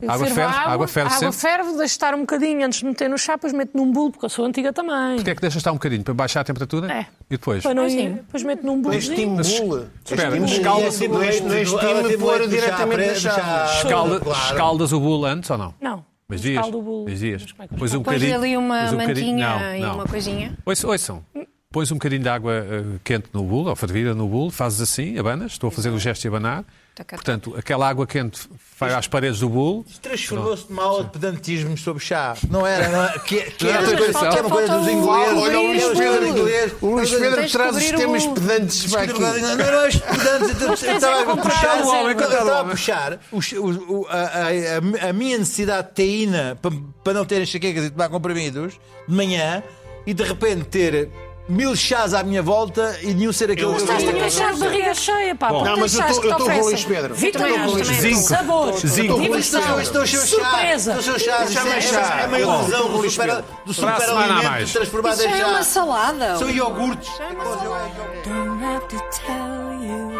Speaker 4: Eu
Speaker 1: Água
Speaker 4: fervo a
Speaker 1: ferve? Água ferve
Speaker 4: água
Speaker 1: sempre?
Speaker 4: ferve, deixo estar um bocadinho antes de meter no chá, depois meto num bolo, porque eu sou antiga também.
Speaker 1: O que é que deixas estar um bocadinho? Para baixar a temperatura?
Speaker 4: É.
Speaker 1: E depois?
Speaker 4: Para não
Speaker 5: Assim.
Speaker 4: ir, depois meto num bolo.
Speaker 3: Estimula.
Speaker 1: Espera,
Speaker 3: Estimula.
Speaker 1: escalda-se
Speaker 3: Não é-
Speaker 2: leite,
Speaker 3: não é
Speaker 2: do- ela
Speaker 3: estima
Speaker 2: tem
Speaker 3: pôr
Speaker 2: leite do chá,
Speaker 3: diretamente na
Speaker 2: prende do chá.
Speaker 3: chá.
Speaker 1: Escalda-
Speaker 2: Claro.
Speaker 1: Escaldas o bolo antes ou não?
Speaker 4: Não.
Speaker 1: Mas dias.
Speaker 4: Caldo o bolo.
Speaker 1: Mas dias.
Speaker 4: Mas como é que eu-
Speaker 1: Pões um
Speaker 5: Pões
Speaker 1: bocadinho.
Speaker 5: ali uma
Speaker 1: pões um bocadinho-
Speaker 5: mantinha
Speaker 1: não,
Speaker 5: e
Speaker 1: não.
Speaker 5: uma coisinha.
Speaker 1: Ouçam, ouçam. Pões um bocadinho de água eh, quente no bolo, ou fervida no bolo, fazes assim, abanas. Estou a fazer o gesto de abanar.
Speaker 5: Taca.
Speaker 1: Portanto, aquela água quente vai às paredes do bolo.
Speaker 2: Transformou-se numa aula de pedantismo sobre chá. Não era, não era. Que, que, era,
Speaker 1: Não,
Speaker 2: uma coisa,
Speaker 1: falta-
Speaker 2: que era uma coisa dos
Speaker 3: um
Speaker 5: falta o
Speaker 2: ingleses.
Speaker 5: Olha, o Luís
Speaker 2: Era uma coisa
Speaker 5: Pedro.
Speaker 2: dos ingleses.
Speaker 3: O Luís Pedro
Speaker 5: Tens de
Speaker 3: traz os
Speaker 5: cobrir
Speaker 3: temas
Speaker 5: o-
Speaker 3: pedantes para
Speaker 2: Escuta,
Speaker 3: aqui.
Speaker 2: Não, não, os pedantes, eu- eu
Speaker 4: têm
Speaker 2: estava a
Speaker 4: que comprar
Speaker 2: puxar,
Speaker 4: o homem,
Speaker 2: eu
Speaker 1: qual é o
Speaker 2: estava a
Speaker 1: homem?
Speaker 2: puxar os- os- o- a, a- a- a minha necessidade de teína para, para não ter enxaquecas e tomar comprimidos de manhã e de repente ter mil chás à minha volta e nenhum ser aquele
Speaker 3: Eu
Speaker 2: que eu
Speaker 3: gosto
Speaker 4: Estás a
Speaker 2: queria.
Speaker 4: deixar de barriga cheia, pá. porque
Speaker 3: Não, Ah, mas
Speaker 4: tem
Speaker 3: eu
Speaker 5: Então,
Speaker 4: chás
Speaker 3: tô-
Speaker 4: que
Speaker 3: eu
Speaker 4: te
Speaker 3: tô com o
Speaker 4: oferecem
Speaker 3: Luís Pedro.
Speaker 5: Eu tô com o
Speaker 4: Vitaminas,
Speaker 5: Luís Pedro.
Speaker 4: sabores,
Speaker 1: Zinco.
Speaker 2: Isto
Speaker 4: diversão,
Speaker 2: são- isto são os seus chás,
Speaker 4: surpresa.
Speaker 2: são os seus chás,
Speaker 3: Isto é mais
Speaker 2: isto é-
Speaker 3: chá.
Speaker 2: é uma
Speaker 3: Bom,
Speaker 2: ilusão do
Speaker 3: Luís
Speaker 2: super-
Speaker 3: Pedro.
Speaker 2: do
Speaker 1: Para a semana há mais.
Speaker 2: superalimento transformado
Speaker 5: Isso
Speaker 2: em
Speaker 5: é uma
Speaker 2: chá.
Speaker 5: salada.
Speaker 2: São iogurtes.
Speaker 7: Don't have to tell you.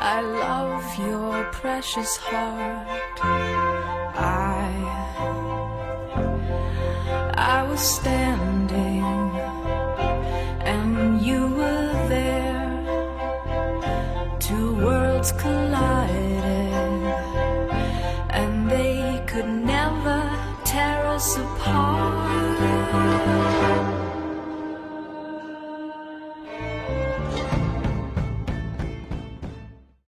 Speaker 7: I love your precious heart. I I was standing and you were there. Two worlds collided.